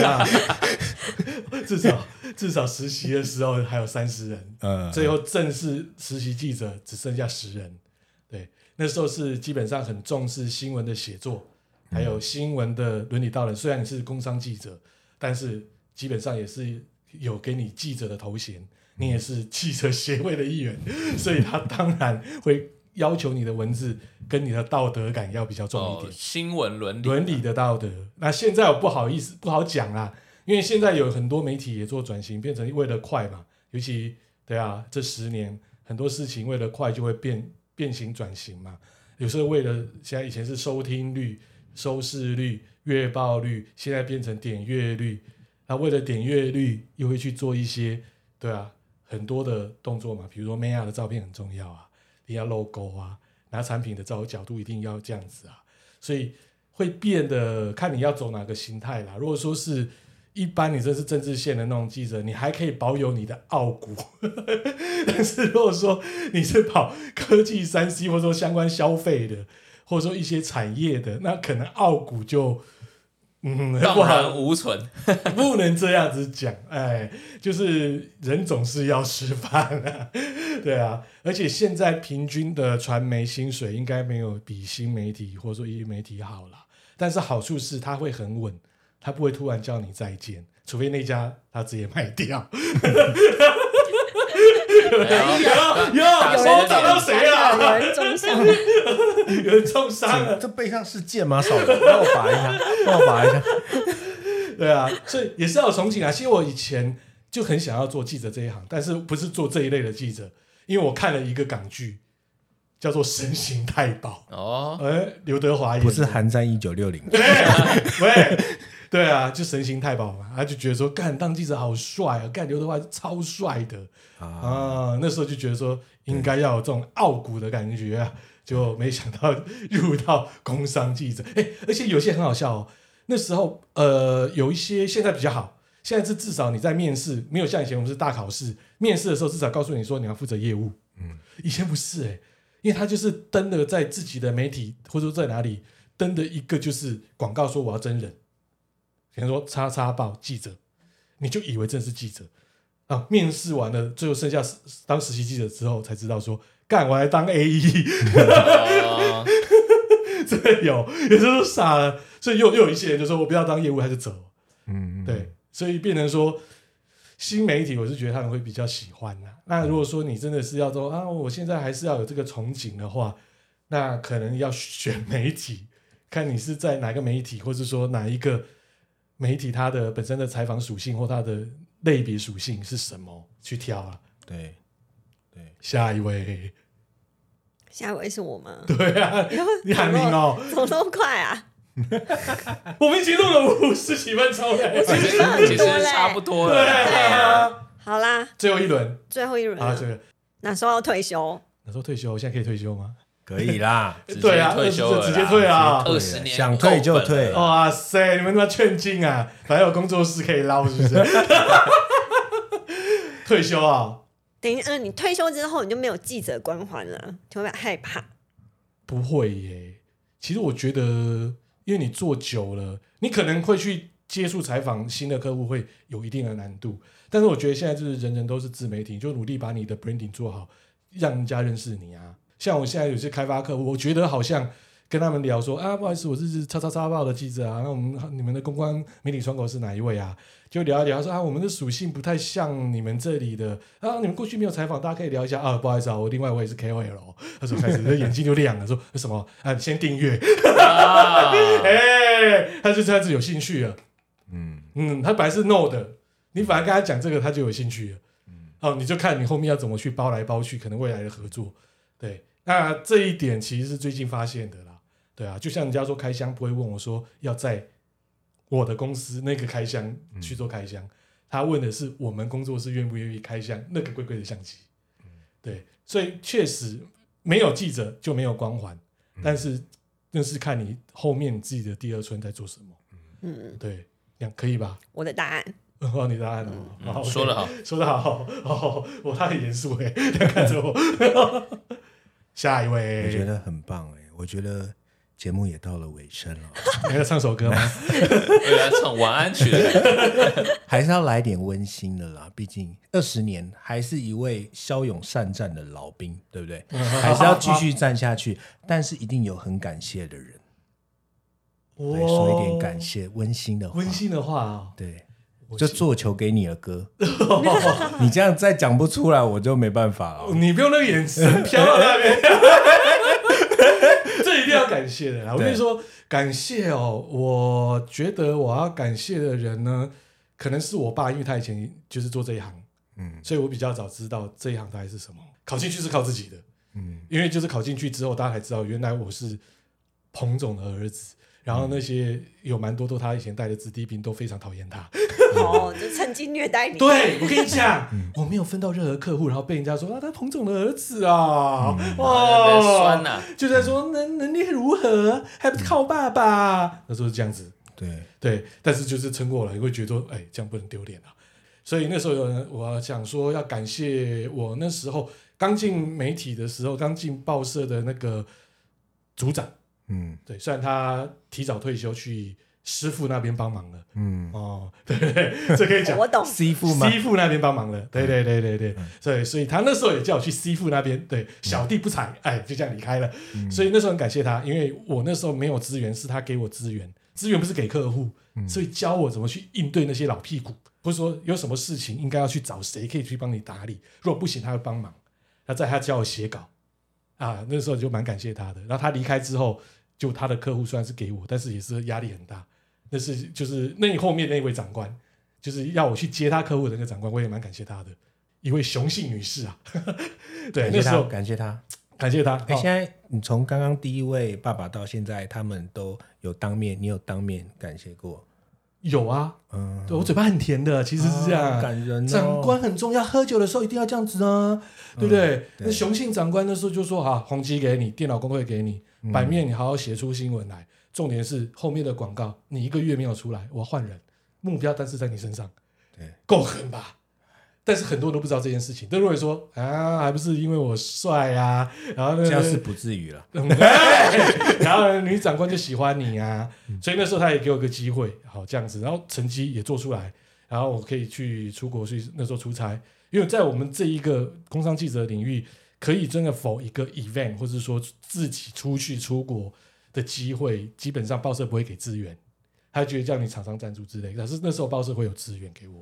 啦 至少至少实习的时候还有三十人，
呃，
最后正式实习记者只剩下十人。对，那时候是基本上很重视新闻的写作，还有新闻的伦理道德。虽然你是工商记者，但是基本上也是有给你记者的头衔，你也是记者协会的一员，所以他当然会要求你的文字跟你的道德感要比较重一
哦
点，。
新闻伦理
伦理的道德。那现在我不好意思不好讲啦，因为现在有很多媒体也做转型，变成为了快嘛，尤其对啊，这十年很多事情为了快就会变变形转型嘛。有时候为了现在以前是收听率、收视率、月报率，现在变成点阅率。那为了点阅率，又会去做一些对啊很多的动作嘛，比如说 Maya 的照片很重要啊，你要 logo 啊，拿产品的照角度一定要这样子啊，所以会变得看你要走哪个形态啦。如果说是一般你这是政治线的那种记者，你还可以保有你的傲骨， 但是如果说你是跑科技、三 C 或者说相关消费的，或者说一些产业的，那可能傲骨就嗯不
荡
好
然无存。
不能这样子讲，哎，就是人总是要吃饭啊， 对啊，而且现在平均的传媒薪水应该没有比新媒体或者说一媒体好啦，但是好处是它会很稳，它不会突然叫你再见，除非那家他直接卖 掉。
哎呀
哟，我找到谁了？
有人中伤，
有人重伤啊了。
这背上是剑吗？少 了，帮我拔一下，帮我拔一下。
对啊，所以也是要有憧憬啊。其实我以前就很想要做记者这一行，但是不是做这一类的记者，因为我看了一个港剧，叫做《神行太保
哦》，，
哎，刘德华演的
不是寒战一九六零，
喂，对啊，就神行太保嘛，他就觉得说，干当记者好帅啊，干刘德华超帅的啊、那时候就觉得说，应该要有这种傲骨的感觉啊，就没想到入到工商记者，哎、而且有些很好笑哦，那时候呃，有一些现在比较好。现在是至少你在面试，没有像以前我们是大考试，面试的时候至少告诉你说你要负责业务。嗯，以前不是哎、因为他就是登了在自己的媒体或者说在哪里登的一个就是广告说我要真人，比如说叉叉报记者，你就以为真的是记者啊。面试完了，最后剩下实当实习记者之后，才知道说，干，我还当 A E，
哦
真的有，有时候都傻了。所以又又有一些人就说我不要当业务，他就走。
嗯，嗯，
对，所以变成说新媒体，我是觉得他们会比较喜欢啦、那如果说你真的是要说啊，我现在还是要有这个憧憬的话，那可能要选媒体，看你是在哪个媒体，或是说哪一个媒体它的本身的采访属性或它的类别属性是什么去挑啊。
对，
下一 位，
下一位是我吗？
对啊，你喊名哦，
怎么那么快啊？
我们已经录了五十几分钟了，
其实其实差不多
对
了。
啊，
好啦，
最后一轮
最后一轮
啊，
了
这，个
哪时候要退休？
那时候退休，我现在可以退休吗？
可以啦，
直接
对啊，
退休了啦
直接退啊！
二十年
想退就退
够本了
哇塞，你们他妈劝进啊！反正有工作室可以捞，是 不是？退休啊？
等于嗯、你退休之后你就没有记者光环了，你会不会害怕？
不会耶。其实我觉得，因为你做久了，你可能会去接触采访新的客户，会有一定的难度。但是我觉得现在就是人人都是自媒体，你就努力把你的 branding 做好，让人家认识你啊。像我现在有些开发客户，我觉得好像跟他们聊说啊，不好意思，我是叉叉叉报的记者啊，那我们你们的公关媒体窗口是哪一位啊？就聊一聊，他说啊，我们的属性不太像你们这里的啊，你们过去没有采访，大家可以聊一下啊。不好意思啊，我另外我也是 KOL，哦他说开始他眼睛就亮了，说什么啊，你先订阅，
啊
哎、他就开始有兴趣了。
嗯，
嗯，他本来是 no 的，你反而跟他讲这个，他就有兴趣了。哦，你就看你后面要怎么去包来包去，可能未来的合作。对，那这一点其实是最近发现的啦。对啊，就像人家说开箱不会问我说要在我的公司那个开箱去做开箱，他问的是我们工作室愿不愿意开箱那个贵贵的相机。对，所以确实没有记者就没有光环，但是那是看你后面你自己的第二春在做什么。
嗯，
对，这样可以吧？
我的答案，
哦，你答案哦，好，
嗯说得好，
说的好，哦，我他很严肃哎，他看着我。下一位，
我觉得很棒哎，我觉得节目也到了尾声了，
你要唱首歌吗？
为了唱晚安曲，
还是要来点温馨的啦，毕竟二十年还是一位骁勇善战的老兵，对不对？还是要继续战下去，但是一定有很感谢的人， 来说一点感谢温馨的话，
温馨的话哦，
对，
我
就做球给你 了哥，你这样再讲不出来，我就没办法了。
哦你不用那个眼神飘到那边， 这一定要感谢的啦。我跟你说，感谢哦，我觉得我要感谢的人呢，可能是我爸，因为他以前就是做这一行，
嗯
所以我比较早知道这一行大概是什么。考进去是靠自己的，
嗯，
因为就是考进去之后，大家才知道原来我是彭总的儿子。然后那些有蛮多都他以前带的子弟兵都非常讨厌他。
哦，就趁机虐待 你。
对，我跟你讲，我没有分到任何客户，然后被人家说啊，他彭总的儿子啊，
在
哇
酸，啊呐，
就在说能能力如何，还不是靠爸爸。那时候是这样子，
对，
对，但是就是撑过了，你会觉得说，哎，这样不能丢脸啊。所以那时候有人，我想说要感谢我那时候刚进媒体的时候，刚进报社的那个组长，
嗯
对，虽然他提早退休去师傅那边帮忙了，
嗯，
哦，对对对，这可以讲
我。懂，
师傅吗？嗯
师傅那边帮忙了，对对对对对，所以所以他那时候也叫我去师傅那边，
嗯
对，小弟不才，哎，就这样离开了。所以那时候很感谢他，因为我那时候没有资源，是他给我资源，资源不是给客户，
嗯
所以教我怎么去应对那些老屁股，或者说有什么事情应该要去找谁可以去帮你打理，如果不行他会帮忙。那在他教我写稿啊，那时候就蛮感谢他的。然后他离开之后，就他的客户虽然是给我，但是也是压力很大。那是就是那你后面那位长官，就是要我去接他客户的那个长官，我也蛮感谢他的，一位雄性女士啊。 对，
感
那时
谢他，
候
感谢他。
感谢他。
哎、
哦
现在你从刚刚第一位爸爸到现在，他们都有当面，你有当面感谢过，
有啊，
嗯，
对我嘴巴很甜的，其实是这样。
啊嗯感人、哦。
长官很重要，喝酒的时候一定要这样子啊，对不对？那雄性长官那时候就说：“好，红基给你，电脑工会给你，
嗯
版面你好好写出新闻来。重点是后面的广告，你一个月没有出来，我要换人，目标单是在你身上，
对，
够狠吧？”但是很多人都不知道这件事情，都认为说啊，还不是因为我帅啊，然后
这
那
样
个
是不至于了。
嗯哎然后女长官就喜欢你啊，所以那时候她也给我个机会，好这样子，然后成绩也做出来，然后我可以去出国去那时候出差，因为在我们这一个工商记者领域，可以真的否一个 event，或是说自己出去出国的机会，基本上报社不会给资源，他觉得叫你厂商赞助之类，但是那时候报社会有资源给我，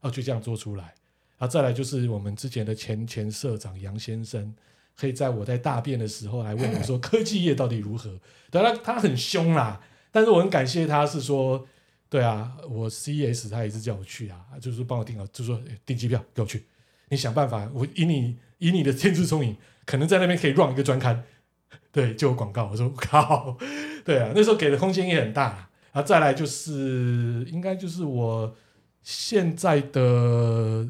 然后就这样做出来。然后再来就是我们之前的前前社长杨先生，可以在我在大便的时候来问我说科技业到底如何？对啊，他他很凶啦，但是我很感谢他是说，对啊，我 CES 他也是叫我去啊，就是帮我订好，就说诶订机票给我去，你想办法，我以你以你的天资聪颖，可能在那边可以 run 一个专刊，对，就有广告。我说靠，对啊，那时候给的空间也很大。然后再来就是，应该就是我现在的，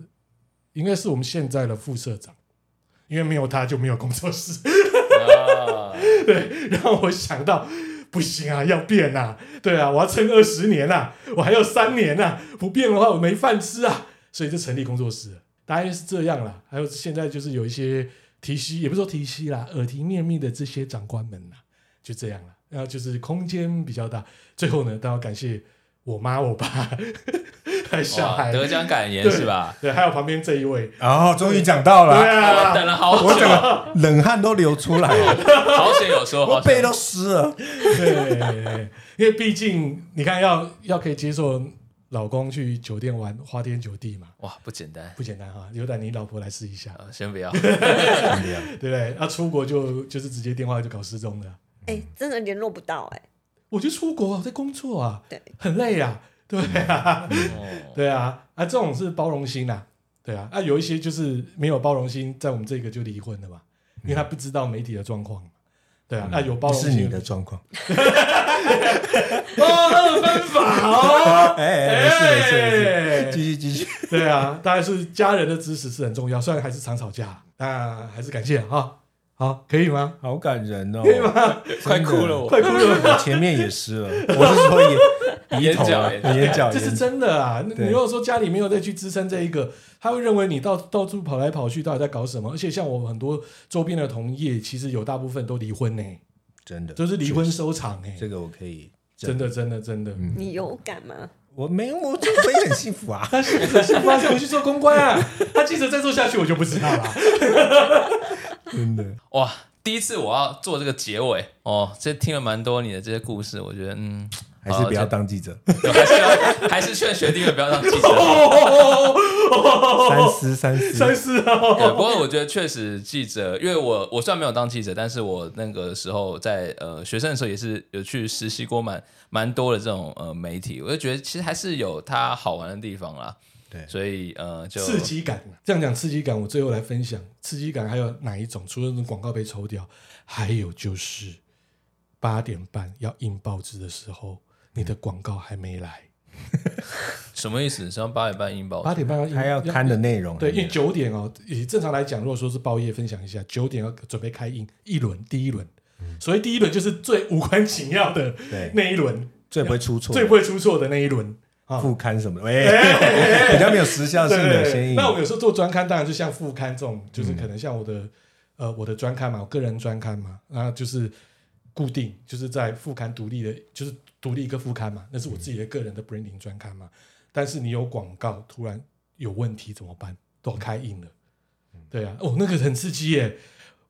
应该是我们现在的副社长，因为没有他就没有工作室。
啊
对，让我想到不行啊，要变啊，对啊，我要撑二十年啊，我还要三年啊，不变的话我没饭吃啊，所以就成立工作室了，大概是这样啦。还有现在就是有一些提膝，也不是说提膝啦，耳提面命的这些长官们啦，就这样啦。然后就是空间比较大，最后呢，当然感谢我妈、我爸， 还有小
哇
孩，
得奖感言是吧？
对，还有旁边这一位，
哦，终于讲到
对
了，
我
啊，
等了好
我整
久，
个冷汗都流出来 了，
好险有说，
我
好
背
险
都湿了。
对，因为毕竟你看要，要可以接受老公去酒店玩花天酒地嘛，
哇，不简单。
不简单哈。有胆你老婆来试一下，
嗯
啊，先不要，
对不对？那、出国就就是直接电话就搞失踪了。
哎、真的联络不到哎、
我就出国啊，我在工作啊，
对，
很累啊，对啊，
哦
对啊，啊，这种是包容心啊，对啊，啊，有一些就是没有包容心，在我们这个就离婚了嘛，因为他不知道媒体的状况嘛，对啊，那、有包
不
容
是
心
嗯你的状况，
哦，二分法哦，
哎哎，没事没事没事，
哎
继续继续。
对啊，当然是家人的支持是很重要，虽然还是常吵架，那还是感谢啊。好，可以吗？
好感人哦！
快哭了我，
快哭了！
我前面也湿了，我是说 眼
眼
鼻头
角
啊
眼角
眼角，
这是
眼
真的啊！那
对
你如果说家里没有再去支撑这一个，他会认为你到到处跑来跑去，到底在搞什么？而且像我很多周边的同业，其实有大部分都离婚呢、
真的
都是离婚收场哎、
这个我可以
真的真的真的。
你有感吗？
我没有，我就我也很幸福啊。
他 是不是发现我去做公关啊？他记者再做下去，我就不知道了。
真的，
哇！第一次我要做这个结尾哦，这听了蛮多你的这些故事，我觉得嗯，
还是不要
好
当记者，
这还是要还是劝学弟们不要当记者。
哦
三思三思
真。是哦，
对，不过我觉得确实记者，因为我我虽然没有当记者，但是我那个时候在呃学生的时候也是有去实习过蛮蛮多的这种呃媒体，我就觉得其实还是有它好玩的地方啦。
对
所以呃就
刺激感，这样讲刺激感，我最后来分享刺激感还有哪一种？除了那种广告被抽掉，还有就是八点半要印报纸的时候，你的广告还没来，
什么意思？像八点半音报
八点半要印
他要看的内容，
对，因为九点哦，以正常来讲，如果说是报业分享一下，九点要准备开印一轮，第一轮，所以第一轮就是最无关紧要的
对
那一轮，
最不会出错，
最不会出错的那一轮。
副刊什么的，哎，比较没有时效性的
对，
先引。
那我有时候做专刊，当然就像副刊这种，就是可能像我的、呃我的专刊嘛，我个人专刊嘛，那就是固定就是在副刊独立的，就是独立一个副刊嘛，那是我自己的个人的 branding 专刊嘛。但是你有广告突然有问题怎么办？都开印了，对啊，哦，那个很刺激耶！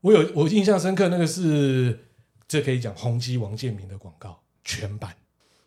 我有我印象深刻，那个是这可以讲宏基王建民的广告全版，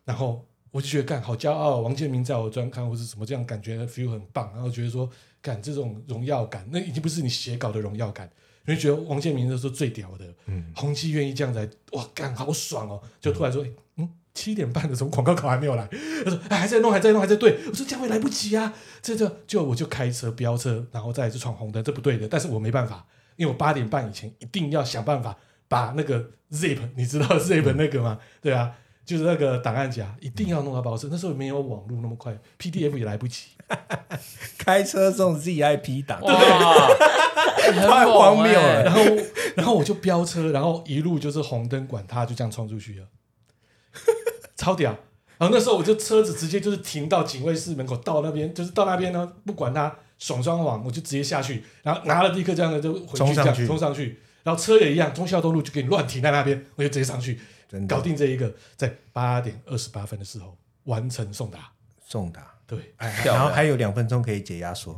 然后我就觉得干好骄傲，王建民在我专刊或是什么这样感觉 feel 很棒，然后觉得说干这种荣耀感，那已经不是你写稿的荣耀感，你就觉得王建民那时候最屌的，嗯，宏基愿意这样子来，哇干好爽哦，就突然说，诶嗯。七点半的，什么广告稿还没有来？他说：“哎，还在弄，还在弄，还在对。”我说：“这样会来不及啊！”这就就我就开车飙车，然后再来就闯红灯，这不对的。但是我没办法，因为我八点半以前一定要想办法把那个 zip，你知道 zip 那个吗？对啊，就是那个档案夹一定要弄到报社。那时候没有网络那么快，PDF 也来不及。
开车送 ZIP 档，
哇， 太
太荒谬
欸
了
然后，然后我就飙车，然后一路就是红灯管它，就这样冲出去了， 超屌。然后那时候我就车子直接就是停到警卫室门口，到那边就是到那边呢，不管它爽装网，我就直接下去，然后拿了立刻这样的就回
冲
去
上
这样
去
冲上去，然后车也一样，忠孝东路就给你乱停在那边，我就直接上去
真的
搞定这一个，在八点二十八分的时候完成送达。
送达，
对，
哎
漂
然
亮
后还有两分钟可以解压缩。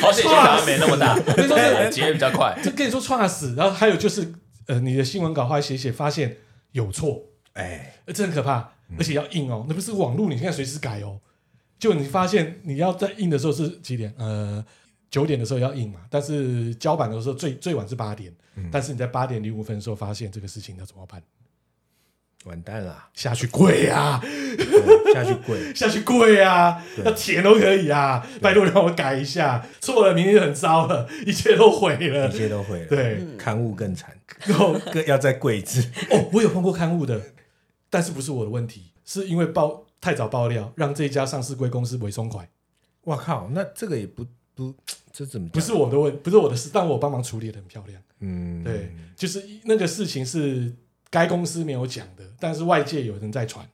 好险，打的没那么 大，
那时候是
结比较快。
这跟你说差死，然后还有就是呃，你的新闻稿后来写写发现有错，
哎，
呃这很可怕，而且要印哦，那不是网络，你现在随时改哦。就你发现你要在印的时候是几点？呃，九点的时候要印嘛，但是交版的时候最最晚是八点，但是你在八点零五分的时候发现这个事情，那怎么办？
完蛋了，
下去跪啊，
对下去跪。
下去跪啊，要舔都可以啊，拜托让我改一下，错了明天就很糟了，一切都毁了
一。切都会了，
对，
刊物更惨，
然后
更 要再跪一次。
哦，我有碰过刊物的，但是不是我的问题，是因为爆太早爆料，让这一家上市贵公司为松快，
哇靠，那这个也不不，这怎么讲
不是我的问，不是我的事，但我帮忙处理的很漂亮。
嗯，
对，就是那个事情是该公司没有讲的，但是外界有人在传，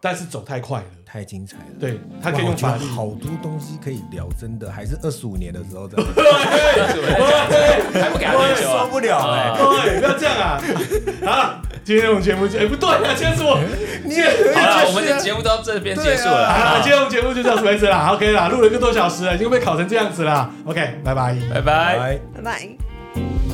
但是走太快了，
太精彩了。
对他可以用
啊哇
法律
我觉 得。好多东西可以聊，真的还是二十五年的时候再聊，
还不给他
我也
喝酒
受
啊？
不了哎。
对，不要这样啊！啊，今天我们节目就哎、不对啊，今天是 我，你也可以
好了，我们的节目到这边结束了
啊，
啊，
今天我们节目就到此为止啦，OK 啦，录了一个多小时了，已经被烤成这样子啦，OK，拜拜。
拜拜。
来。
拜
拜
拜。
拜。